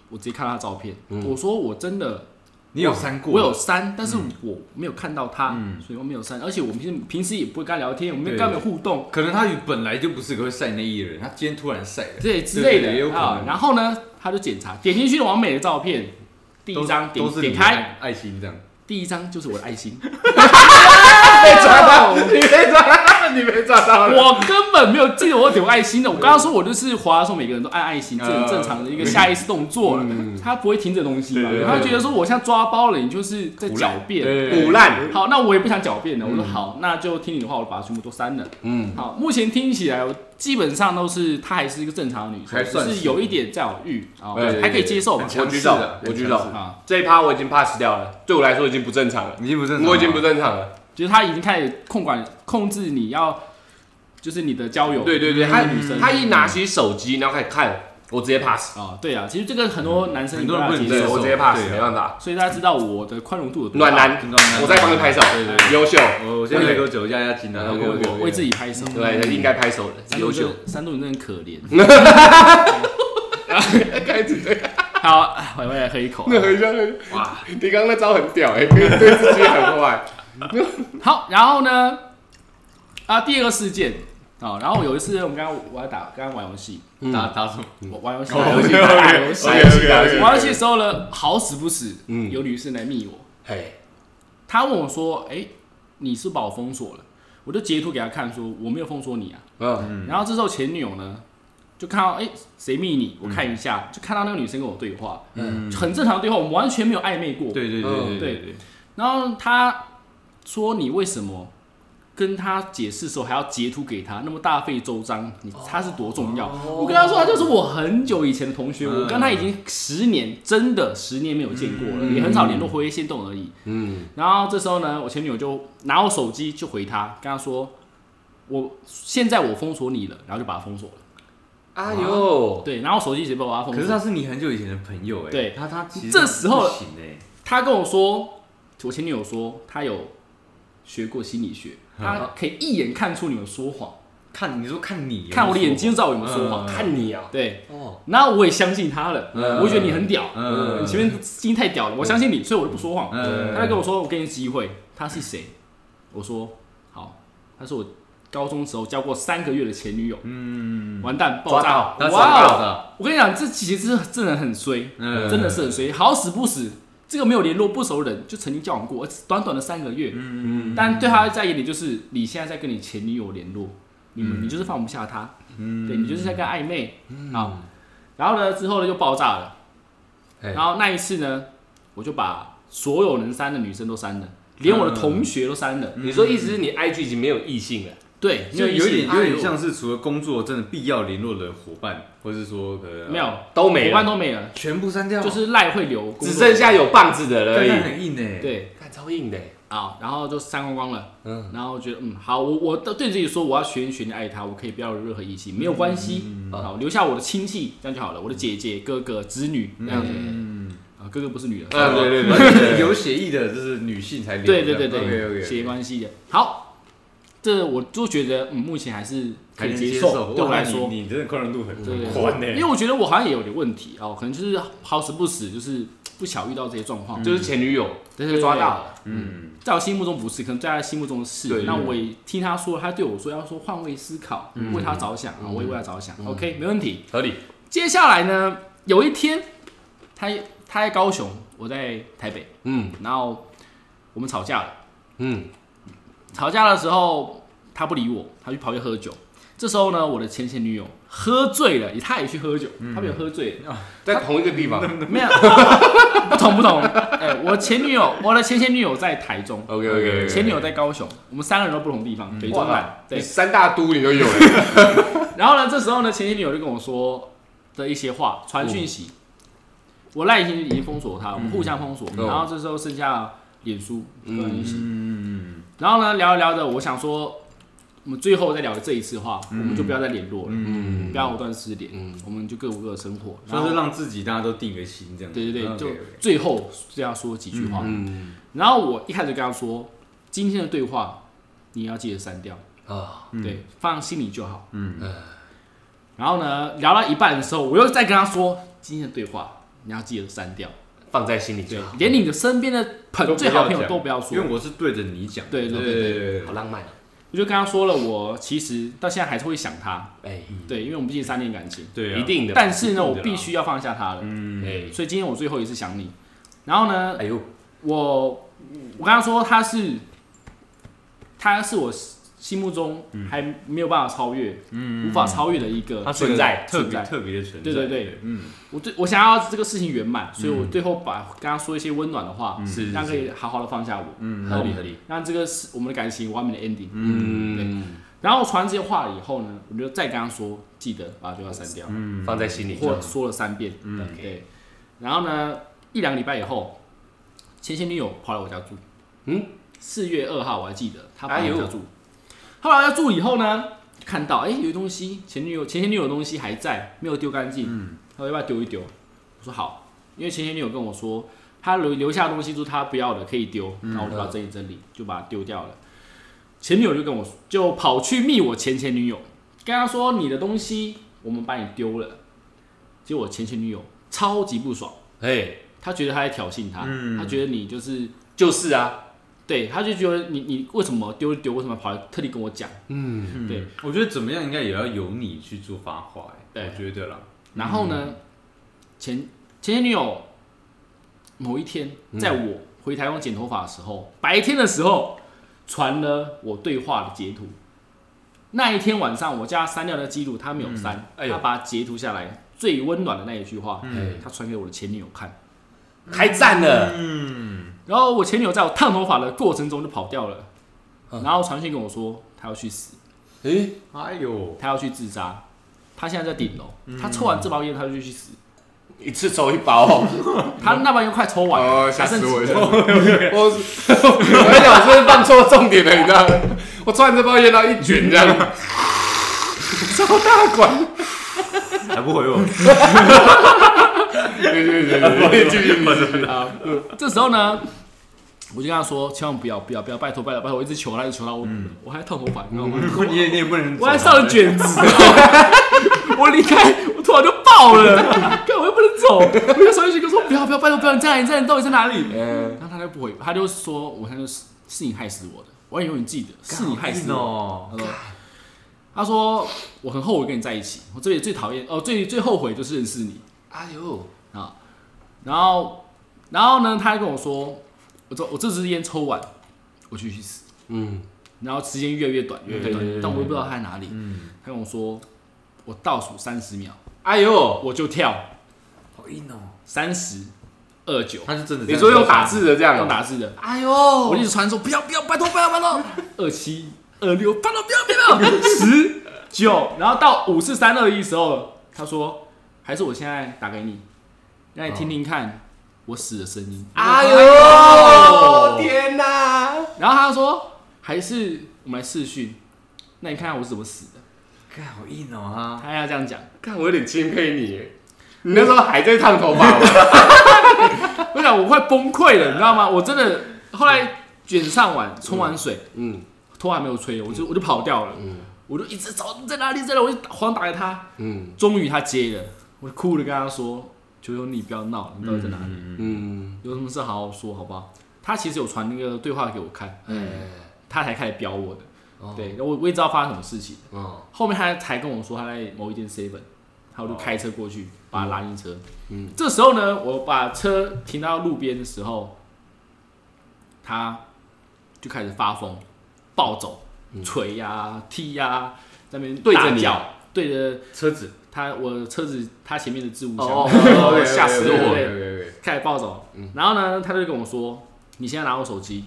我直接看他的照片，嗯我说：“我真的，你有删过？我有删，但是我没有看到他，嗯所以我没有删。而且我们平平时也不会跟他聊天，我们没有跟他们互动，可能他本来就不是个会晒内衣的人，他今天突然晒了，对之类对对也有的可啊。能。然后呢，他就检查，点进去王美的照片，第都一张点都是你点的开，爱爱心这样，第一张就是我的 爱心， 被抓到，你被抓到，你被抓到了，我根本没有记得我有爱心的。我刚刚说我就是滑的时候，每个人都按爱心，这呃很正常的一个下意识动作了。他不会听这东西嗯嘛对？对对他觉得说我像抓包了，你就是在狡辩。腐烂，好，那我也不想狡嗯辩了。我说好，那就听你的话，我把它全部都删了。嗯，好，目前听起来我基本上都是她还是一个正常的女生，还只算是是有一点占有欲啊，对对对还可以接受吧很。强我举手强势的，我举很强手势，啊，这一趴我已经 pass 掉了，对我来说已经不正常了，啊你已经不正常了，我已经不正常了。就是她已经开始控管控制你要，就是你的交友。对对对，他女生他一拿起手机，然后开始看，我直接 pass，啊，对啊，其实这个很多男生很多人也不能大接对受我直接 pass，对啊没办法。所以大家知道我的宽容度有多大暖，男，真的吗我再帮你拍手对对，对优秀，哦我我现在给我酒压压惊啊，然后对对对我为自己拍手。对，应该拍手的，山优东真秀。的，山东人真的很可怜。 开始对，好，啊我我来喝一口啊。那很像，哇，你刚刚那招很屌哎， 对自己很坏。好，然后呢？啊，第二个事件啊，然后有一次我们刚刚我在打，刚刚玩游戏，打打什么？我玩游戏，玩玩游游戏戏，打打游游戏戏，打游戏打游戏玩游戏的时候呢，好死不死，嗯有女生来密我，嘿，她问我说：“哎，你是把我封锁了？”我就截图给她看，说我没有封锁你啊。嗯，然后这时候前女友呢，就看到哎谁密你，我看一下，就看到那个女生跟我对话，嗯，很正常的对话，我们完全没有暧昧过。对对嗯对对对，然后她说你为什么跟她解释的时候还要截图给她，那么大费周章，你她是多重要？我跟她说，她就是我很久以前的同学，嗯我跟她已经十年，真的十年没有见过了，也很少联络，回线动而已。嗯，然后这时候呢，我前女友就拿我手机就回她，跟她说。我现在我封锁你了，然后就把她封锁了。哎呦，对，然后手机直接把我封可是锁他。是你很久以前的朋友哎，对他他其实这时候不行哎，他跟我说，我前女友说他有学过心理学，嗯他可以一眼看出你们说谎，看你说看你有没有看我的眼睛就知道我有没有说嗯谎。看你啊，对，哦，那我也相信他了，嗯我觉得你很屌，嗯你前面心太屌了，我相信你，所以我就不说谎。嗯他就跟我说，我给你机会，他是谁？我说好，他是我高中时候交过三个月的前女友。嗯，完蛋，爆炸！他哇哦！哦，我跟你讲，这其实是真的很衰，嗯真的是很衰，好死不死，这个没有联络不熟的人就曾经交往过，而且短短的三个月，嗯嗯，但对他在意的就是你现在在跟你前女友联络，你们、你就是放不下她，嗯，对你就是在跟她暧昧，啊，然后呢之后呢就爆炸了，哎然后那一次呢，我就把所有能删的女生都删了，连我的同学都删了，你说意思是你 IG 已经没有异性了？对，嗯就有一点起有点像是哎除了工作真的必要联络的伙伴，或是说可能没有都没伙伴了，都没了，全部删掉，就是赖会留，只剩下有棒子的了而对那已。很硬哎，对。看超硬的欸，啊，然后就删光光了，嗯，然后觉得嗯好，我我对自己说我要学一学你爱他，我可以不要有任何异性，没有关嗯系，好留下我的亲戚这样就好了，我的姐姐、哥哥、子女这样子，嗯，啊哥哥不是女的，啊对对对反正有协议的，就是女性才留。对对对，OK 对， OK，血缘关系的。好，这我就觉得，嗯，目前还是可还以能接接受，受。对我哇来那说，你你真的宽容度很对对很宽对，因为呢。我觉得我好像也有点问题哦，可能就是好死不死，就是不巧遇到这些状况，就是前女友对对被抓到，了。嗯，在我心目中不是，可能在他心目中是对。那我也听他说，他对我说要说换位思考，为他着想啊，我也为他着想。OK，没问题。合理。接下来呢，有一天，他他在高雄，我在台北，嗯然后我们吵架了。嗯，吵架的时候，他不理我，他去跑去喝酒。这时候呢，我的前前女友喝醉了，他也去喝酒，他没有喝醉，嗯在同一个地方。没有， 不同不同。哎、我前女友，我的前前女友在台中， OK OK，前女友在高雄，我们三个人都不同地方，北中南。对，三大都你都有欸了。然后呢，这时候呢，前前女友就跟我说的一些话，传讯息。我赖已经已经封锁他，我们互相封锁。嗯然后这时候剩下脸书跟一起。嗯，然后呢，聊一聊着，我想说，我们最后再聊这一次的话，我们就不要再联络了，嗯不要藕断丝连，嗯我们就各过各的生活。然算后是，嗯让自己大家都定个心这样子。对对对， OK，OK 就最后这样说几句话。嗯然后我一开始就跟他说，今天的对话你要记得删掉，啊，对，放心里就好。呃嗯然后呢，聊到一半的时候，我又再跟他说，今天的对话你要记得删掉，放在心里对就好，，连你的身边的朋都不要最好朋友讲都不要说因为。我是对着你讲的。对对对对好浪漫啊。我就跟他说了，我其实到现在还是会想他，哎，对，因为我们毕竟三年感情。嗯对啊，一定的。但是呢，一定我的啦必须要放下他了。嗯，哎，所以今天我最后一次想你。然后呢，哎呦，我我跟他说他是他是我心目中嗯还没有办法超越，无法超越的一个他存在特别存在特别的存在。对对对，嗯，我对我想要这个事情圆满，所以我最后把跟他说一些温暖的话，嗯是让可以好好的放下我，嗯合理合理。让这个是我们的感情完美的 ending。嗯，然后我传完这些话以后呢，我就再跟他说，记得把对话删掉。嗯，放在心里就或好。说了三遍，嗯对。然后呢，一两个礼拜以后，前前女友跑来我家住，嗯，四月二号我还记得，她跑来哎呦我家住。后来要住以后呢，看到哎、有东西，前女友前前女友的东西还在，没有丢干净，嗯，她说要不要丢一丢？我说好，因为前前女友跟我说，她留留下的东西就是她不要的可以丢，然后我就把它整理整理，就把它丢掉了。前女友就跟我说就跑去密我前前女友，跟她说你的东西我们把你丢了，结果我前前女友超级不爽，哎，她觉得她在挑衅她，嗯她觉得你就是就是啊，对，她就觉得你你为什么丢就丢，为什么跑来特地跟我讲？嗯，嗯对，我觉得怎么样应该也要由你去做发话，哎对我觉得啦，然后呢，嗯前前前女友某一天嗯在我回台湾剪头发的时候，白天的时候传了我对话的截图。那一天晚上，我叫他删掉的记录，他没有删，哎呦他把它截图下来，最温暖的那一句话，嗯他传给我的前女友看。开战了。嗯，然后我前女友在我烫头发的过程中就跑掉了，嗯然后传讯跟我说她要去死，哎，哎呦，她要去自杀，她现在在顶楼，嗯她抽完这包烟她就去死，一次抽一包哦，她那包烟快抽完了，哦吓死我 还了剩几根！我我跟你讲，我是不是放错重点了？你知道吗？我突然这包烟到一卷这样，超大管。还不回我，对对对对对，继续继续。啊、这时候呢，我就跟他说，千万不要不要不要，拜托拜托拜托，我一直求他，一直求他，我、我还烫头发，你知道吗？ 你也你也不能，我还上了，卷子， 我离开，我突然就爆了，看我又不能走，我就手一直跟我说不要不要，拜托不要，你在哪里你在哪里你到底在哪里？嗯，然后他就不回，他就说，我他就是是你害死我的，我永远记得是你害死我的。哦，他说，他说我很后悔跟你在一起，我这里最讨厌哦，最最后悔就是认识你。哎呦，啊，然后，然后呢，他还跟我说，我这我这支烟抽完，我就去死。嗯，然后时间越来越短，越来越对对短，对但我又不知道他在哪里。嗯，他跟我说，我倒数三十秒，哎呦，我就跳好硬哦，三十二九，他是真的这样，你说用打字的这样用哦，打字的。哎呦，我一直传说不要不要，拜托不要拜托，二七二六，拜托不要不要不要， 十九，然后到五四三二一的时候，他说还是我现在打给你，哦让你听听看我死的声音。哎哎呦，天哪！然后他就说还是我们来试训，那你看看我是怎么死的。干好硬哦哈！他要这样讲，看我有点钦佩你耶，你那时候还在烫头发吗？ 我想我快崩溃了，你知道吗？我真的后来卷上完冲完水，嗯，头发还没有吹，我就我就跑掉了，嗯我就一直找在哪里在哪里，我就狂打给他，嗯终于他接了，我哭着跟他说：“求求你不要闹，你到底在哪里？嗯，嗯，有什么事好好说，好不好？”他其实有传那个对话给我看，哎，他才开始飙我的。哦，对，我我也知道发生什么事情。哦，后面他才跟我说他在某一间 seven，然后我就开车过去把他拉进车。嗯，这时候呢，我把车停到路边的时候，他就开始发疯，暴走，捶呀、踢呀、在那边对着大你叫，对着车子他我车子他前面的置物箱，哦哦哦，吓死我了！了！开始暴走。嗯然后呢，他就跟我说：“你现在拿我手机，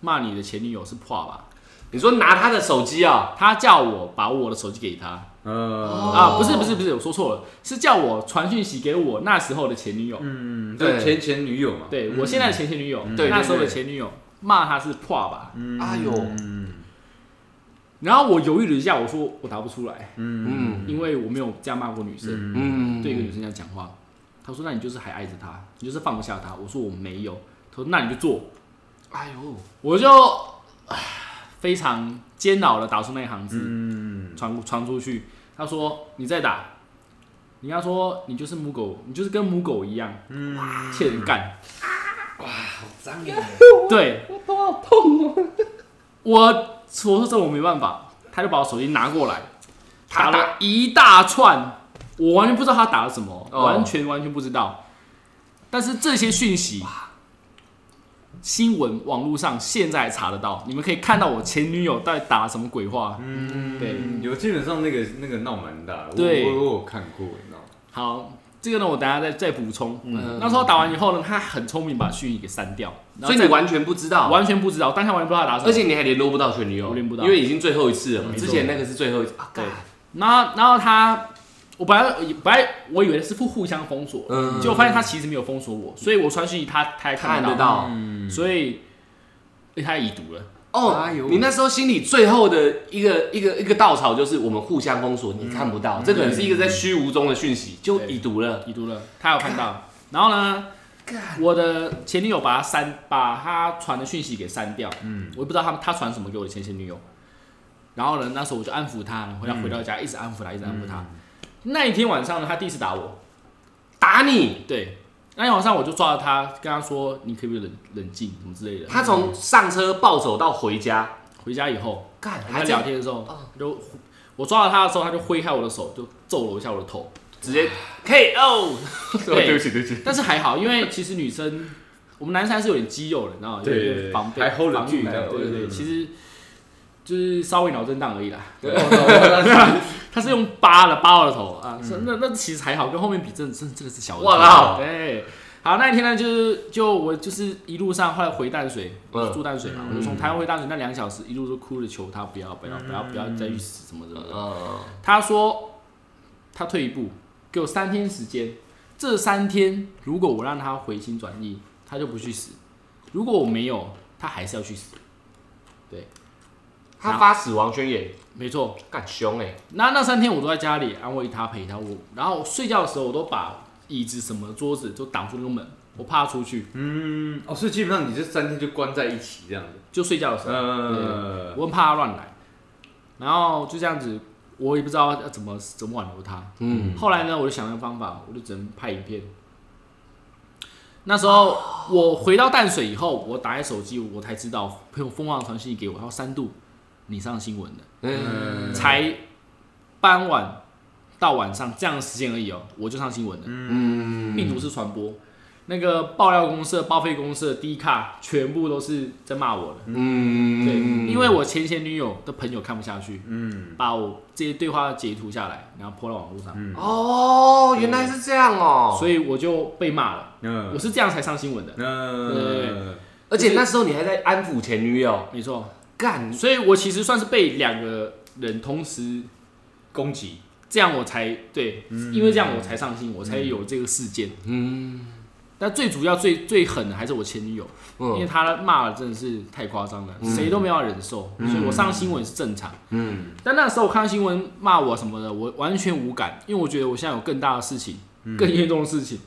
骂你的前女友是破吧？”你说拿他的手机啊？哦他叫我把我的手机给他，嗯啊，不是不是不是，我说错了，是叫我传讯息给我那时候的前女友，嗯，对对，前前女友嘛，对我现在的前前女友，嗯对那对时候的对前女友骂她是破吧，嗯，哎呦嗯然后我犹豫了一下，我说我答不出来，嗯因为我没有这样骂过女生，嗯嗯，对一个女生这样讲话，他说那你就是还爱着她，你就是放不下她，我说我没有，他说那你就做，哎呦，我就唉非常煎熬的打出那一行字，嗯，传传出去，他说你再打，你跟他说你就是母狗，你就是跟母狗一样，嗯欠人 干，嗯好脏呀！ 对，我好痛哦，我我说这我没办法，他就把我手机拿过来，打他打了一大串，我完全不知道他打了什么，哦完全完全不知道，但是这些讯息。新闻网络上现在还查得到，你们可以看到我前女友到底打了什么鬼话。嗯，对，有基本上那个那个闹蛮大的，我对我我有看过，你知道吗？好，这个呢，我等下再再补充。嗯那时候打完以后呢，他很聪明，把讯息给删掉，然所后以再你完全不知道，完全不知道，当下完全不知道他打什么。而且你还联络不到前女友，我联不到因为已经最后一次了嘛。没错之前那个是最后一次啊，对干，然后然后他，我本来本来我以为是互互相封锁，嗯结果发现他其实没有封锁我，所以我传讯息他他还看看得得，到嗯，所以哎他已读了。哦哎。呦你那时候心里最后的一个一个一个稻草就是我们互相封锁，你看不到，这可能是一个在虚无中的讯息，就对已读了。已读了，他有看到。然后呢，我的前女友把他删，把他传的讯息给删掉。嗯，我也不知道他他传什么给我的前前女友。然后呢，那时候我就安抚他，回到回到家一直安抚他，一直安抚他。那一天晚上呢，他第一次打我。打你，对，那天晚上我就抓着他，跟他说：“你可不可以冷冷静，什么之类的。”他从上车暴走到回家，回家以后，干我们还在聊聊天，天的时候哦，他就我抓着他的时候，他就挥开我的手，就揍了我一下我的头。直接 KO。对对不起对不起，但是还好，因为其实女生，我们男生还是有点肌肉的，你知道吗？有对对点对防备，还 hold 得防住御那的，种对对对，嗯其实就是稍微脑震荡而已啦。对， 他是用扒了扒我的头啊，是那那其实还好，跟后面比真的真的真的是小的。哇啦对，好那一天呢，就是就我就是一路上后来回淡水，嗯我就住淡水嘛，我就从台湾回淡水那两小时，一路都哭着求他不要不要不要不要再去死什么什么的。嗯，他说他退一步，给我三天时间。这三天如果我让他回心转意，他就不去死；如果我没有，他还是要去死。他发死亡宣言，没错，干凶哎，那那三天我都在家里安慰他、陪他我，然后睡觉的时候我都把椅子什么桌子都挡住那个门，我怕他出去，嗯，哦，所以基本上你这三天就关在一起这样子，就睡觉的时候。嗯，我很怕他乱来，然后就这样子，我也不知道要怎么怎么挽留他。嗯，后来呢，我就想了个方法，我就只能拍影片。那时候我回到淡水以后，我打开手机，我才知道朋友疯狂传信息给我，他说三度你上新闻了，嗯才傍晚到晚上这样的时间而已哦，我就上新闻了。嗯病毒式传播，那个爆料公社、报废公社、低卡，全部都是在骂我的。嗯对，因为我前前女友的朋友看不下去，嗯，把我这些对话截图下来，然后泼到网络上，哦，原来是这样哦，所以我就被骂了。嗯我是这样才上新闻的，嗯，而且那时候你还在安抚前女友，没错。干所以我其实算是被两个人同时攻击，这样，我才对，因为这样我才上新，我才有这个事件。嗯嗯，但最主要最最狠的还是我前女友，因为嗯她骂的真的是太夸张了，谁都没有要忍受，所以我上新闻是正常。嗯但那时候我看到新闻骂我什么的，我完全无感，因为我觉得我现在有更大的事情，嗯更严重的事情，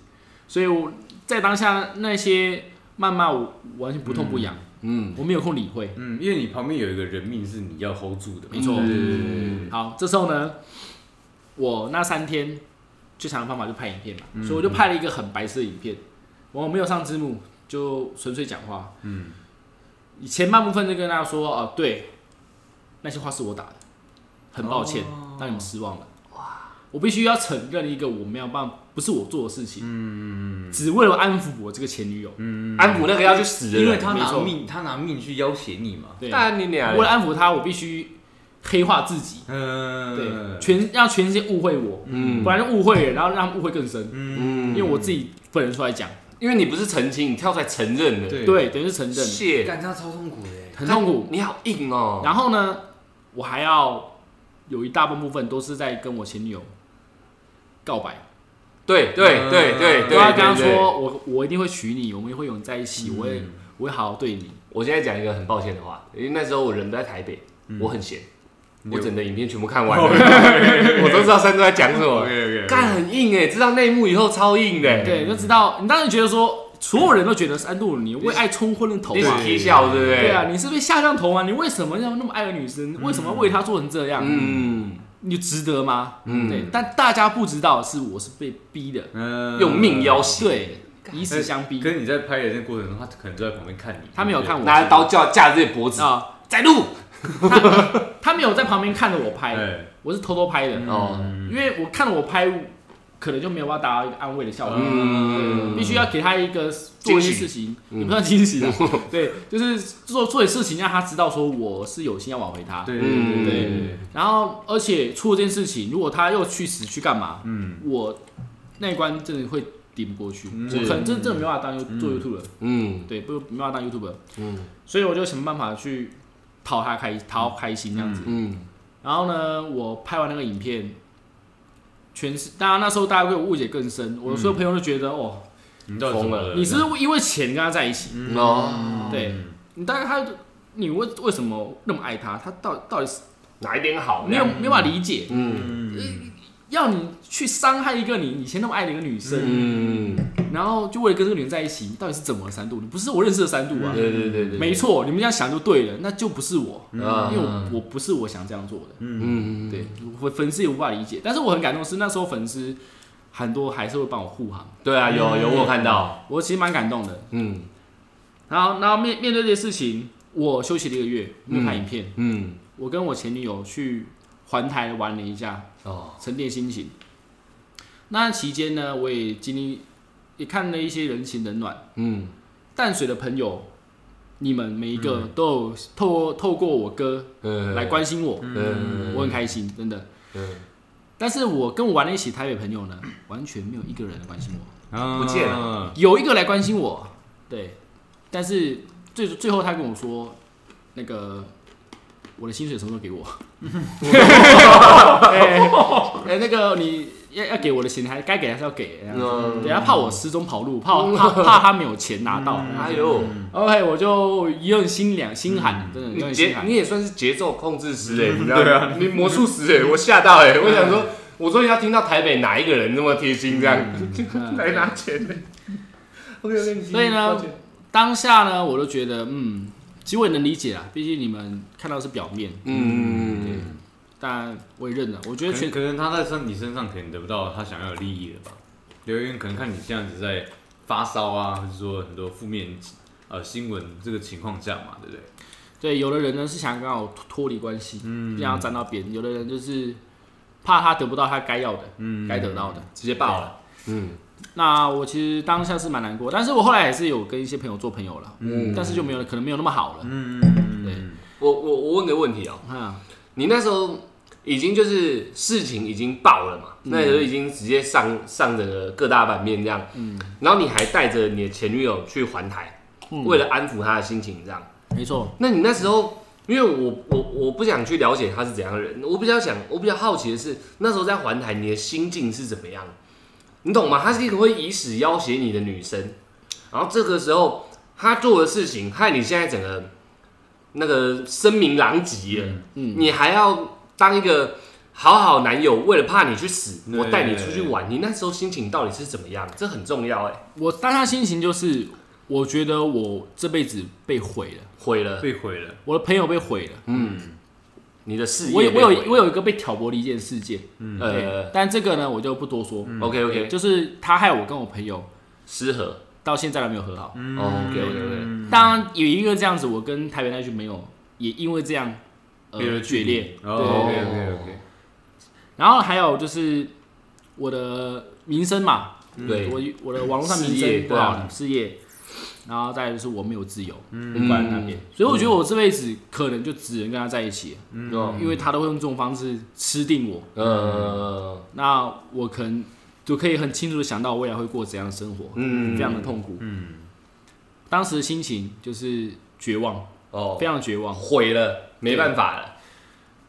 所以我在当下那些谩骂我完全不痛不痒，嗯，我没有空理会。嗯，因为你旁边有一个人命是你要 hold 住的嘛，嗯没错对对对对对好，这时候呢，我那三天就想办法就拍影片嘛，嗯所以我就拍了一个很白色的影片，我没有上字幕，就纯粹讲话。嗯，前半部分就跟大家说，哦、对，那些话是我打的，很抱歉，哦让你们失望了。哇，我必须要承认一个我没有办法，不是我做的事情，嗯，只为了安抚我这个前女友，安抚那个要去死的对，人，嗯因为他没拿错命，他拿命去要挟你嘛，对，但你俩为了安抚她，我必须黑化自己，嗯，对，全让全世界误会我，嗯不然就误会了，然后让他们误会更深。嗯因为我自己本人出来讲，因为你不是澄清，你跳出来承认了，对对，等于是承认，谢，干这样超痛苦的，欸很痛苦。你好硬哦，然后呢，我还要有一大部分都是在跟我前女友告白，对对对对我对，要跟她对对嗯说，我我一定会娶你，我们会永远在一起，我会我会好好对你。我现在讲一个很抱歉的话，因为那时候我人不在台北，嗯我很闲，我整的影片全部看完哦哦 了，我都知道三哥在讲什么。 OK 干很硬哎，知道内幕以后超硬的，欸对，就知道你当然觉得说，所有人都觉得三度你为爱冲昏了头你是啊。踢欸笑对不对？对啊，你是被下降头啊！你为什么要那么爱个女生？为什么要为她做成这样？嗯，你值得吗？嗯对。但大家不知道的是，我是被逼的，嗯用命要挟，对，以死相逼可。是你在拍的那过程中，他可能就在旁边看你，嗯他没有看我拿着刀架架自己脖子，啊，在录他没有在旁边看着我对嗯不拍，对，我是偷偷拍的，哦，因为我看了我拍，可能就没有办法达到一个安慰的效果，嗯必须要给他一个做一些事情，嗯也不算惊喜啊， 对，就是做做点事情让他知道说我是有心要挽回他。对对嗯对对对对，然后，而且出了这件事情，如果他又去死去干嘛，嗯，我那一关真的会顶不过去，嗯我可能真真的没办法当 You- 做 YouTube 了，嗯对，不没办法当 YouTube，嗯所以我就想办法去讨他开讨他开心这样子。嗯然后呢，我拍完那个影片，全是大家那时候大家对我误解更深，我所有朋友都觉得、哦，嗯你嗯到底怎么疯了？你是因为钱跟他在一起，哦，对你大概他你为为什么那么爱他？他到到底是哪一点好？没有没有办法理解，嗯要你去伤害一个你以前那么爱的一个女生，嗯，然后就为了跟这个女人在一起，你到底是怎么了三度？你不是我认识的三度嗯啊，嗯对对对对，没错，你们这样想就对了，那就不是我，因为我嗯我不是我想这样做的。嗯对，我粉丝也无法理解，但是我很感动，是那时候粉丝很多还是会帮我护航，对啊，有有我看到，我其实蛮感动的。嗯然后，然后面面对这些事情，我休息了一个月，没有拍影片，嗯我跟我前女友去环台玩了一下，哦沉淀心情。那期间呢，我也经历，也看了一些人情冷暖，嗯淡水的朋友。你们每一个嗯都有透过透过我哥呃来关心我，嗯我很开心，真的。但是我跟我玩在一起台北朋友呢，完全没有一个人来关心我，不见了，有一个来关心我，对，但是最最后他跟我说，那个我的薪水什么时候给 我？哎、 哎那个你要要给我的钱还该给还是要给，哎嗯对，他怕我失踪跑路，怕我怕怕他没有钱拿到。哎呦， OK，我就一愣心凉，心寒，真的嗯有你点节心寒你。也算是节奏控制师 哎、你知道吗？你魔术师哎、我吓到哎、我想说，我终于要听到台北哪一个人那么贴心这样、嗯来拿钱呢、OK OK，你继续所以呢抱歉当下呢，我就觉得，嗯，其实我也能理解啊，毕竟你们看到的是表面，嗯，但我也认了。我觉可得全能可能他在身你身上可能得不到他想要的利益了吧？刘渊可能看你这样子在发烧啊，或者说很多负面呃新闻这个情况下嘛，对不对？对有的人呢是想跟我脱离关系，嗯，不想要沾到边；有的人就是怕他得不到他该要的，嗯，该得到的，直接爆了。嗯那我其实当下是蛮难过，但是我后来也是有跟一些朋友做朋友了，嗯嗯，但是就没有可能没有那么好了，嗯，对，我我我问个问题哦、嗯，你那时候已经就是事情已经爆了嘛，那时候已经直接上上整个各大版面这样，嗯，然后你还带着你的前女友去环台，为了安抚她的心情这样。没错，那你那时候，因为我我我不想去了解他是怎样的人，我比较想，我比较好奇的是，那时候在环台你的心境是怎么样？你懂吗？她是一个会以死要挟你的女生，然后这个时候他做的事情，害你现在整个那个声名狼藉了，嗯你还要当一个好好男友，为了怕你去死，对我带你出去玩，你那时候心情到底是怎么样？这很重要哎、我当下心情就是，我觉得我这辈子被毁了，毁了被毁了，我的朋友被毁了，你的事业我有被我毁了，有我嗯有一个被挑拨离间事件，对呃但这个呢我就不多说。 ，OK 对嗯 OK，就是他害我跟我朋友失和到现在都没有和好。 ，OK OK OK，嗯当然有一个这样子，我跟台北那群没有，也因为这样别呃人决裂。哦对 OK OK OK，然后还有就是我的名声嘛，对，我我的网络上事名业声不对好啊，事业，然后再来就是我没有自由，嗯管那边，所以我觉得我这辈子可能就只能跟他在一起了，哦因为他都会用这种方式吃定我，嗯呃，那我可能就可以很清楚的想到我未来会过怎样的生活，嗯非常的痛苦。嗯，当时的心情就是绝望，哦非，常的绝望。毁了，没办法了，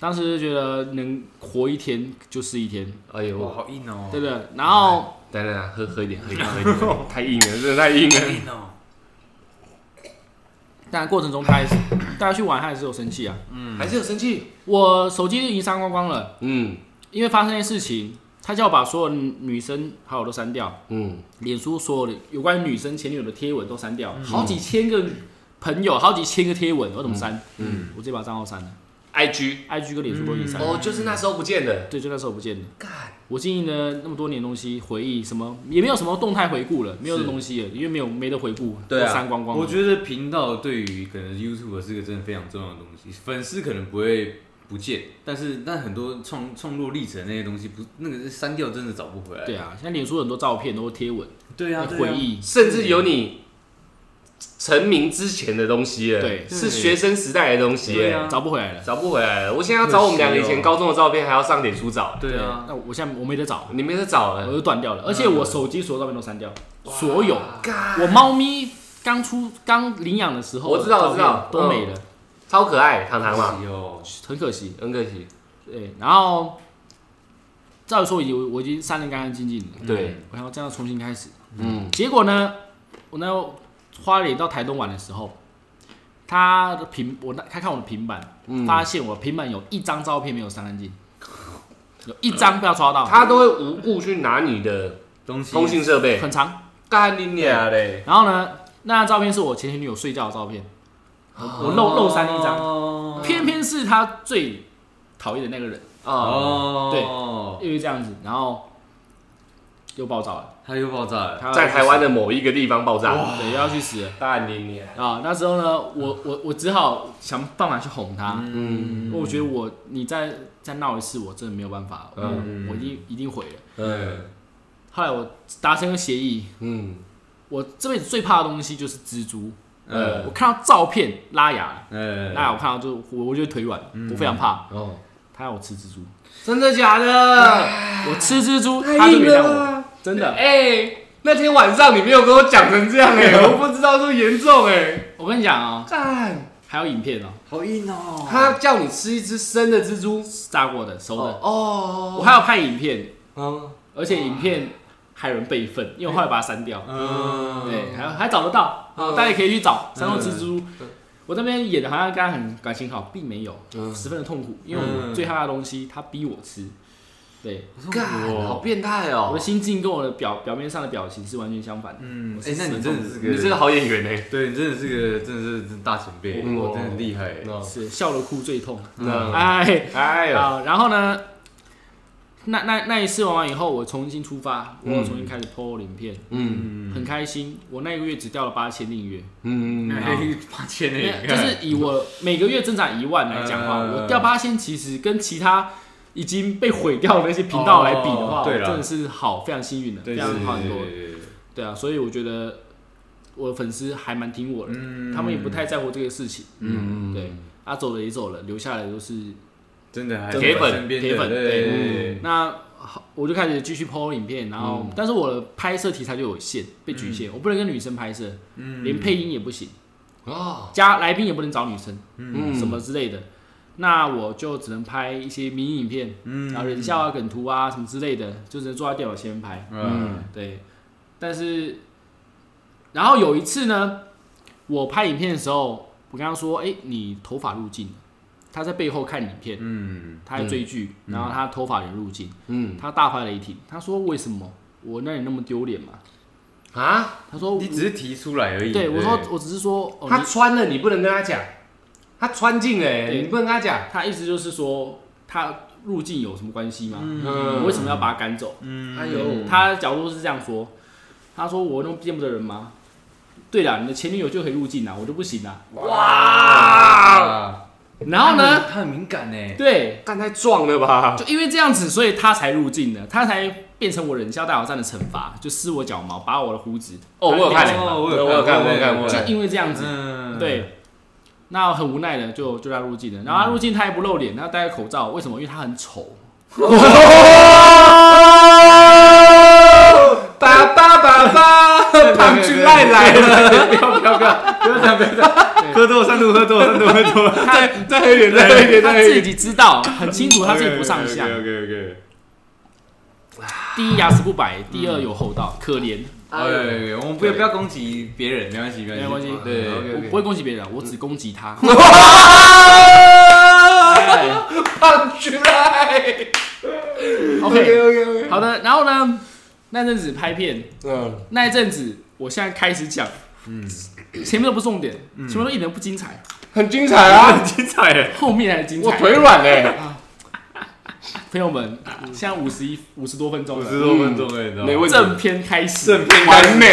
当时就觉得能活一天就是一天，哎呦，哇，好硬哦，对不对？然后等等，喝喝一点，喝一点，喝一点， 太硬了，真的太硬了。硬哦，当然过程中他还是大家去玩，他还是有生气啊。还是有生气。我手机已经删光光了，嗯因为发生这件事情，他叫我把所有女生好友都删掉，嗯，脸书所有的有关于女生前女友的贴文都删掉，好几千个朋友，好几千个贴文，我怎么删？嗯，我直接把账号删了，IG ，IG 跟脸书都已经删了。哦，就是那时候不见的。对，就那时候不见了。我经营了那么多年的东西，回忆什么也没有什么动态回顾了，没有是这东西了，因为没有没得回顾，对啊都删光光了。我觉得频道对于可能 YouTube 是个真的非常重要的东西，粉丝可能不会不见，但是但很多创创作历程那些东西不那个删掉真的找不回来。对啊，像脸书很多照片都会贴文、对啊，对啊回忆，甚至有你成名之前的东西了，对是学生时代的东西对耶，啊找不回来了。找不回来了。我现在要找我们两个以前高中的照片，还要上脸书找，对啊，哎那我现在我没得找，你没得找我了。就断掉了，而且我手机所有照片都删掉，所有。嘎，我猫咪刚出刚领养的时候，我知道我知道都没了，嗯超可爱，糖糖嘛，是哦，很可惜。很可惜。对，然后照理说我已经我已经删的干干净净了，嗯对，我想要这样重新开始。嗯，结果呢，我那花莲到台东玩的时候，他的平我那他看我的平板，嗯发现我平板有一张照片没有删干净，有一张被他抓到，啊他都会无故去拿你的东西通信设备，很长。干你娘嘞！然后呢，那张照片是我前前女友睡觉的照片，我漏漏删一张，嗯张偏偏是他最讨厌的那个人，哦，哦，因为这样子，然后又爆炸了对，，他又爆炸了，他要哦在去台湾死的某一个地方爆炸，对又要去死了。干你娘！啊，那时候呢，我我我只好想办法去哄他。嗯我觉得我你再再闹一次，我真的没有办法，嗯嗯、我一定一定毁了。哎嗯后来我达成一个协议，嗯，我这辈子最怕的东西就是蜘蛛。呃嗯我看到照片拉牙，呃，拉牙我看到就我我就腿软，我非常怕。哦，他让我吃蜘蛛，真的假的？我吃蜘蛛，太他就硬原了谅我，啦真的。哎、那天晚上你没有跟我讲成这样 哎、我不知道这么严重哎、我跟你讲啊、干，还有影片哦、好硬哦，他叫你吃一只生的蜘蛛。炸过的、熟的，哦，我还有拍影片，嗯而且影片还有人备份，因为我后来把它删掉。嗯，对，还还找得到，哦嗯大家也可以去找《三头蜘蛛》我那边演的好像跟他很感情好，并没有，嗯十分的痛苦，因为我最害怕的东西，他逼我吃。对，哦干，好变态哦我的！心境跟我的表表面上的表情是完全相反的。嗯，哎，那你真的是个，你真的好演员哎、对你真的是个，真的是大前辈，嗯我真的很厉害。是笑了哭最痛。嗯，哎，哎呦，好，然后呢？那那那一次玩完以后，我重新出发，我有重新开始 PO 影片，嗯嗯，很开心。我那个月只掉了八千订阅，嗯，哎八千 没呢，有 就是以我每个月增长一万来讲的话，嗯我掉八千，其实跟其他已经被毁掉的那些频道来比的话，哦对我啦真的是好，非常幸运的，非对，常好很多。对，对啊，所以我觉得我的粉丝还蛮挺我的，嗯他们也不太在乎这个事情。嗯对，啊，走的也走了，留下来都是真的还铁粉身边的铁粉对对，嗯那。好我就开始继续 PO 影片，然后、但是我的拍摄题材就有限，被局限，我不能跟女生拍摄，嗯连配音也不行，哦，加来宾也不能找女生，嗯什么之类的。那我就只能拍一些迷你影片，然后人笑啊、梗图啊什嗯么之类的，就只能坐在电脑前面拍。嗯，对，但是然后有一次呢，我拍影片的时候，我跟他说：“哎、你头发入镜了。”他在背后看影片，嗯，他在追剧，然后他头发也入镜，嗯他大发雷霆。他说：“为什么我那里那么丢脸嘛啊，？”他说你只是提出来而：“已。对，我说不我只是说，哦、他你穿了你不能跟他讲，他穿进了欸，对你不能跟他讲，他意思就是说他入境有什么关系吗？嗯我为什么要把他赶走？嗯，哎呦他的角度是这样说，他说我那么见不得人吗？对了，你的前女友就可以入境啊，我就不行啊。哇，然后呢，他很敏感呢，对，干太壮了吧？就因为这样子，所以他才入境的，他才变成我忍笑大挑战的惩罚，就撕我脚毛，拔我的胡子。哦，我有看欸，哦我有对我有看，看我有看，我有看我有就看，因为这样子，嗯，对，那很无奈的就就让他入境了。然后他入境他也不露脸，他戴个口罩，为什么？因为他很丑。哦爸爸爸 爸，胖君爱来了，不要不要不要不要这样不要这样，喝多了三度喝多了三度喝多 了，再再黑一点，再黑一点，他再黑一自点。己知道，很清楚他自己不上相。 OK OK，第一牙齿不白，第二有厚道，可怜。哎，我们不要不要攻击别人，没关系没关系，没关系对嗯，OK，OK 我不会攻击别人，我只攻击 他。哇哎胖君爱 OK， OK OK，好的。然后呢，那阵子拍片，嗯，那一阵子，我现在开始讲，嗯，前面都不是重点，前面都一点都不精彩，很精 彩 啊，精彩了，后面才精我彩。腿软嘞， 朋友们，现在五十一五十多分钟五十了，多分钟哎，你知道没吗？问题，正片开始，正片完美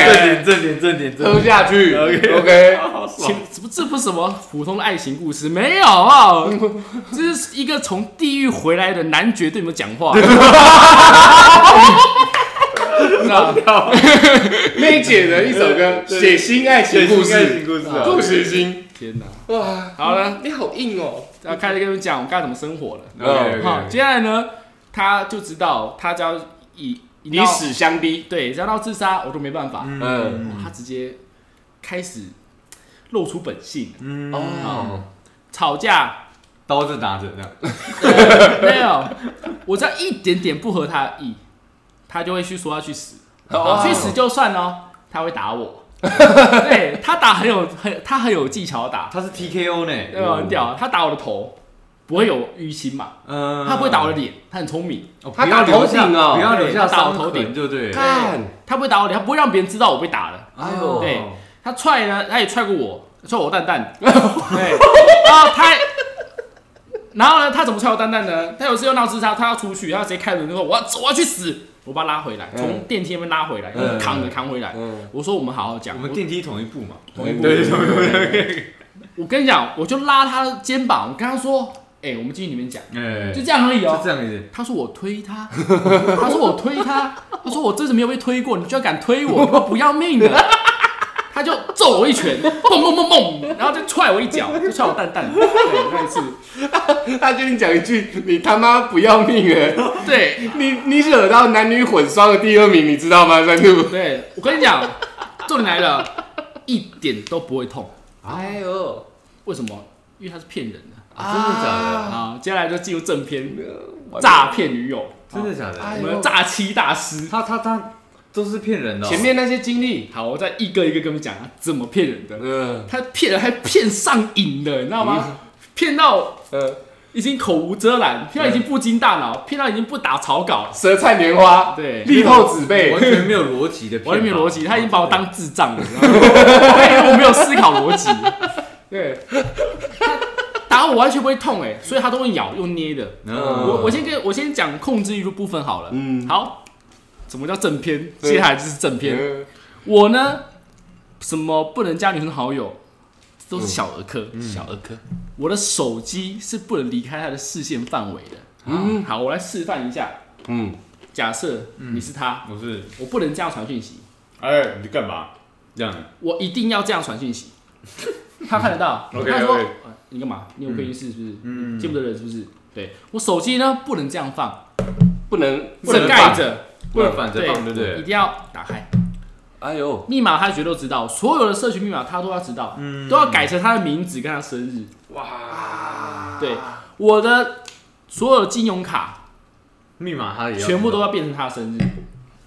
正点正点正点正喝点，下去 OK OK，好前这不这不是什么普通的爱情故事，没有啊， 这是一个从地狱回来的男爵对你们讲话。那爽，妹姐的一首 歌，对写心爱情故爱情事，故事啊，祝喜心，天哪！哇，好了，你好硬哦，要开始跟你们讲我该怎么生活了。 OK，OK，OK 好，接下来呢，他就知道他只要以以以死相逼，对，只要到自杀，我就没办法。嗯哇他直接开始露出本性，嗯哦，吵架刀子拿着这样，没有，我只要一点点不合他的意，他就会去说要去死，哦去死就算哦，他会打 我。对他打很有很他很有技巧地打，他是 TKO 呢，对吧？啊很嗯屌，他打我的头不会有淤青嘛，嗯他不会打我的脸，他很聪明，哦他不要打头留下顶哦不要留下对他打我伤头痕顶就对了。看，他不会打我的脸，他不会让别人知道我被打了。哎呦对，他踹呢，他也踹过我，踹我 蛋蛋。对，然后他，然后呢，他怎么踹我蛋蛋呢？他有一次又闹自杀，他要出去，他直接开门就说：“我要走，我要去死！”我把他拉回嗯来，从电梯那边拉回来，嗯扛着扛回来。嗯，我说：“我们好好讲。我们我电梯同一步嘛，同一步对，同一步。我跟你讲，我就拉他的肩膀，我跟他说：“哎、我们进去里面讲，哎，就这样而已哦就。这样子。”他说我推他， 他说我推他，他说我这次没有被推过，你居然敢推我，你不要命的！他就揍我一拳，蹦蹦蹦蹦，然后就踹我一脚，就踹我蛋蛋。对，那一次，他跟你讲一句，你他妈不要命了，对你你惹到男女混双的第二名，你知道吗？三度，对，我跟你讲，重点来了，一点都不会痛，哎呦，为什么？因为他是骗人的。啊真的假啊，接下来就进入正片，诈骗女友，真的假的？哎我们的诈欺大师。他他他都是骗人的哦。前面那些经历，好，我再一个一个跟你们讲啊，怎么骗人的。嗯他骗人还骗上瘾的，你知道吗？骗到嗯，已经口无遮拦，骗到已经不经大脑，骗到已经不打草稿，舌灿莲花，对力透纸背 嗯完，全没有逻辑的骗法，完全没有逻辑，他已经把我当智障了，你知道吗他以为我没有思考逻辑，对，打我完全不会痛哎，所以他都会咬用捏的。嗯我我先跟我先讲控制欲的部分好了，嗯好，什么叫正片？对接下来就是正片，嗯我呢，什么不能加女生好友，这嗯都是小儿科，小儿科。我的手机是不能离开他的视线范围的。嗯，好，我来示范一下。嗯，假设嗯你是他，我是我不能这样传讯息，哎，你干嘛？这样我一定要这样传 讯息。他看得到， OK，他说 OK 呃你干嘛？你有窥视是不是？嗯，见不得人是不是？对我手机呢不能这样放，不能，不不能能盖着，不能反着对放，对不一对？定要打开。哎呦，密码他绝对都知道，所有的社群密码他都要知道，都要改成他的名字跟他生日。哇，对，我的所有金融卡密码他也要全部都要变成他生日，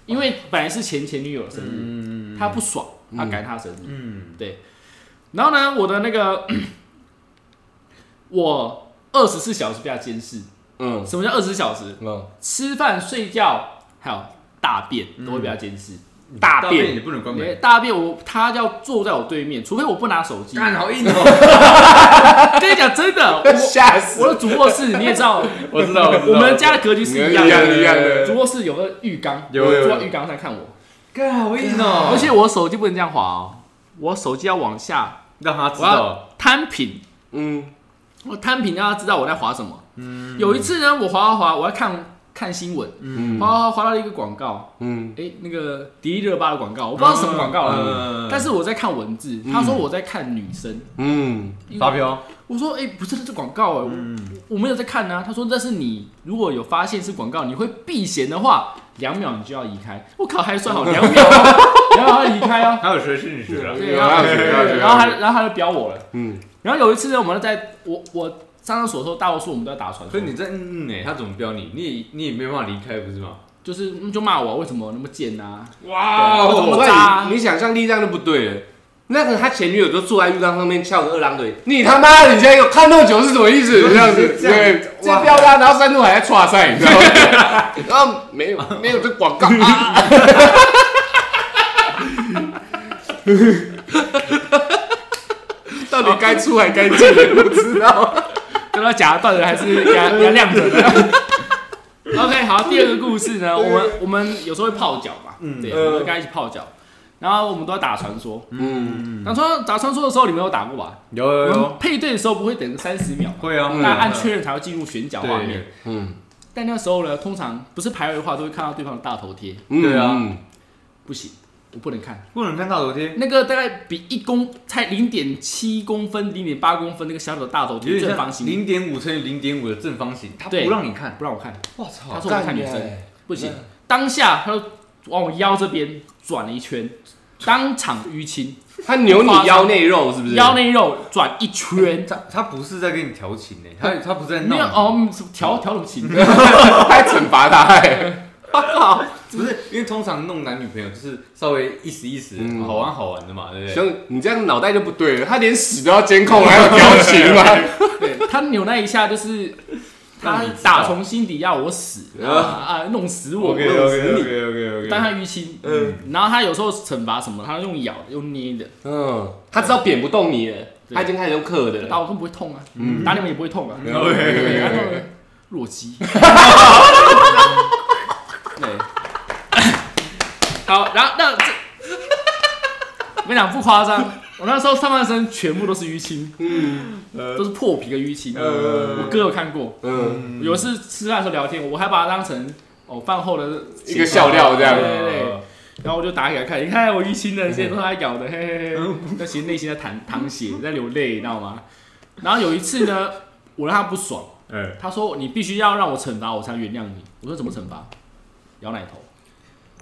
因为本来是前前女友的生日，他不爽，他改他的生日。嗯，然后呢，我的那个 我二十四小时被他监视。嗯什么叫二十四小时？嗯，吃饭、睡觉还有大便都会被他监视。嗯大大便便也不能关对门，大便我他要坐在我对面，除非我不拿手机。干好硬哦，跟你讲 真的，我吓死我的主卧室你也知道，我知道，我知道我们家的格局是一样一样的的。一样的主卧室有个浴缸，有我有有坐在浴缸上看我，干好硬哦，而且我手机不能这样滑哦，我手机要往下让他知道，摊平，嗯我摊平让他知道我在滑什么。有一次呢，我滑滑滑，我要看看新闻，嗯滑滑滑到了一个广告，嗯哎，那个迪丽热巴的广告，我不知道是什么广告了，嗯但是我在看文字，他说我在看女生，嗯因为发飙，我说：“哎、不是，这是广告哎、我我没有在看啊。”他说：“但是你如果有发现是广告，你会避嫌的话，两秒你就要移开。”我靠，还算好，两秒啊，两秒要移开啊。他有学心理学啊，对，有然后啊有啊有啊然后他然后他就飙我了。嗯，然后有一次呢，我们在我我上厕所的时候，大多数我们都在打传所说以，你在嗯哎，他怎么标你？你也你也没办法离开，不是吗？就是嗯就骂我为什么那么贱啊？哇哦我我渣啊问你，你想象力这样就不对了。那个他前女友都坐在浴缸上面翘个二郎腿，你他妈的你现在有看那么久是什么意思？这样子，这样对，哇这标他，然后三度还在刷赛，你知道吗？然后啊没有没有这广告啊， 到底该出还该进不知道。跟他夹断的还是给他给他晾着的。OK，好，第二个故事呢，我们我们有时候会泡脚嘛，嗯对，嗯我们会跟他一起泡脚，然后我们都要打传说。嗯，打传打传说的时候，你们有打过吧？有有我有们，配对的时候不会等三十秒嘛，会啊，嗯大家按确认才会进入选角画面。对，嗯但那时候呢，通常不是排位的话，都会看到对方的大头贴，嗯对啊嗯不行，我不能看。不能看大头贴，那个大概比一公才零点七公分、零点八公分那个小小的大头有贴点正方像形，零点五乘以零点五的正方形，他不对让你看，不让我看，我他操，说我不看女干生。你啊不嗯行，当下他就往我腰这边转了一 圈，当场淤青，他扭你腰内肉是不是？腰内肉转一 圈，他他不是在跟你调情呢，他他不是在闹没有你，哦，嗯什么调调什么情？嗯还惩罚他、欸，不是，因为通常弄男女朋友就是稍微一时一时嗯好玩好玩的嘛，对不对？兄，你这样脑袋就不对了。他连屎都要监控，还有调情 吗？对他扭那一下 就是。他让你知道嗯打从心底要我死啊啊！弄死我，弄死你！ OK 当他淤青，嗯，然后他有时候惩罚什么，他用咬用捏的，嗯，他知道扁不动你了，对他已经开始用刻的打了。我更不会痛啊，嗯打你们也不会痛啊。 OK，弱鸡。对，好，然后那这，我跟你讲不夸张，我那时候上半身全部都是淤青，呃都是破皮跟淤青。呃我哥有看过，嗯，有一次吃饭的时候聊天，我还把它当成哦饭后的一个笑料这样对对对。然后我就打给他看，你看我淤青的，现在都是他咬的，嘿嘿嗯嘿。 那其实内心在淌淌血，在流泪，你知道吗？然后有一次呢，我让他不爽，嗯，他说：“你必须要让我惩罚我才原谅你。”我说：“怎么惩罚？咬奶头，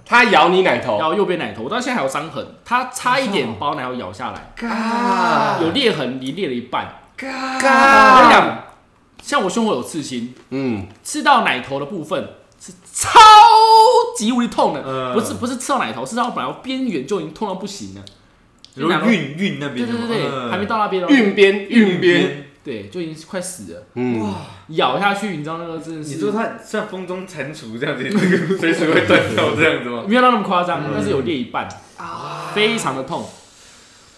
他咬你奶头，咬右边奶头，我到现在还有伤痕。他差一点把我奶头咬下来，嘎有裂痕，离裂了一半。我跟你嘎，讲，像我胸口有刺青，嗯，刺到奶头的部分是超级无敌痛的，嗯不是不是刺到奶头，是到本来边缘就已经痛到不行了。然后运运那对边对的嘛，对对，嗯还没到那边哦，运边运边，对，就已经快死了。嗯，咬下去，你知道那个真的是，你说他像风中蟾蜍这样子，那个随时会断掉这样子吗？没有到那么夸张，但是有裂一半，非常的痛。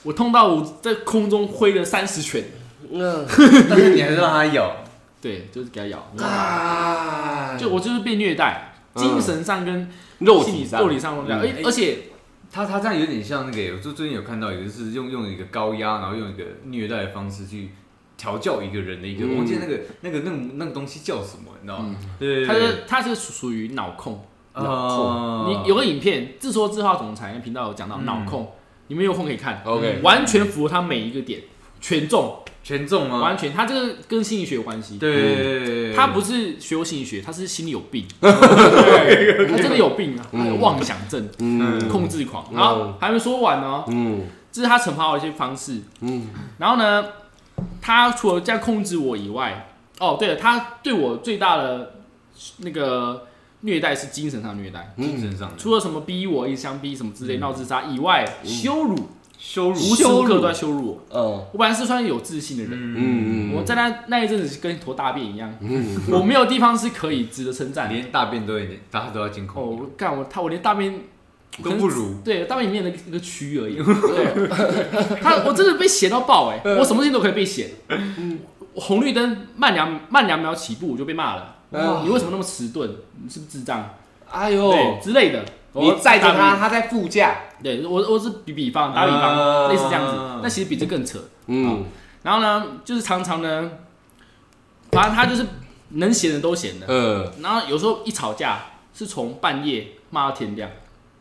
我痛到我在空中挥了三十拳，嗯 但是你还是让他咬，对，就是给他咬，啊，就我就是被虐待，嗯精神上跟肉心理体上上肉体上都这样，嗯而而且他他这样有点像那个，我就最近有看到，有就是用用一个高压，然后用一个虐待的方式去调教一个人的一个，嗯我忘记那个那个那个那个东西叫什么，你知道吗？对对他哎对是他是属于脑控，啊你有个影片《自说自话总裁》频道有讲到脑控，你们有空可以看， ，OK，完全符合他每一个点，全中，权重吗？完全，他这个跟心理学有关系，嗯对，他不是学过心理学，他是心里有病，他真的有病啊，他有妄想症。嗯控制狂。嗯然后还没说完呢、嗯这是他惩罚我的一些方式。嗯然后呢，他除了这样控制我以外，哦，对了，他对我最大的那个虐待是精神上的虐待，精神上的除了什么逼我、一枪逼什么之嗯类闹自杀以外，羞辱，羞辱，无时无刻都在羞辱我。哦嗯我本来是算有自信的人，嗯我嗯在那那一阵子跟一坨大便一样，我没有地方是可以值得称赞的。连大便都有点，大家都要监哦，控，我干我他我连大便都不如。对，大便里面的一个区 而已。对，他我真的被嫌到爆哎、嗯我什么事情都可以被嫌。我红绿灯慢两慢两秒起步我就被骂了，嗯你为什么那么迟钝？你是不是智障？哎对呦，之类的。你载着他他，。他在副驾，对我我是比比方打比啊方，类似这样子。那其实比这更扯。嗯然后呢，就是常常呢，反正他就是能闲的都闲的。嗯，然后有时候一吵架是从半夜骂到天亮，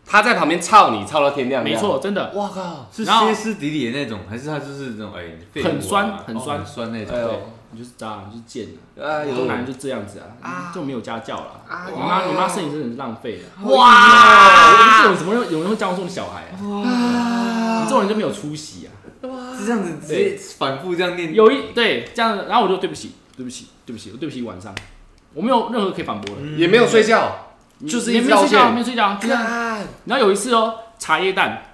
他在旁边操你，操到天亮，没，错，真的。哇靠，是然后歇斯底里的那种，还是他就是那种哎、你废物啊很酸哦很酸很酸那哎种？呦对，你就是渣，你就是贱哎啊。中呦，男人就这样子啊，就没有家教了。啊你妈，你妈生你真的是浪费了。哇这种怎么会有人会教这种小孩啊？你这种人就没有出息啊！是这样子直接反复这样念，有一对这样，然后我就对不起，对不起，对不起，我对不起一晚上，我没有任何可以反驳的，嗯也没有睡觉，就是也一没直哎有道睡觉，没歉，有睡觉，就这样。干然后有一次哦，茶叶蛋，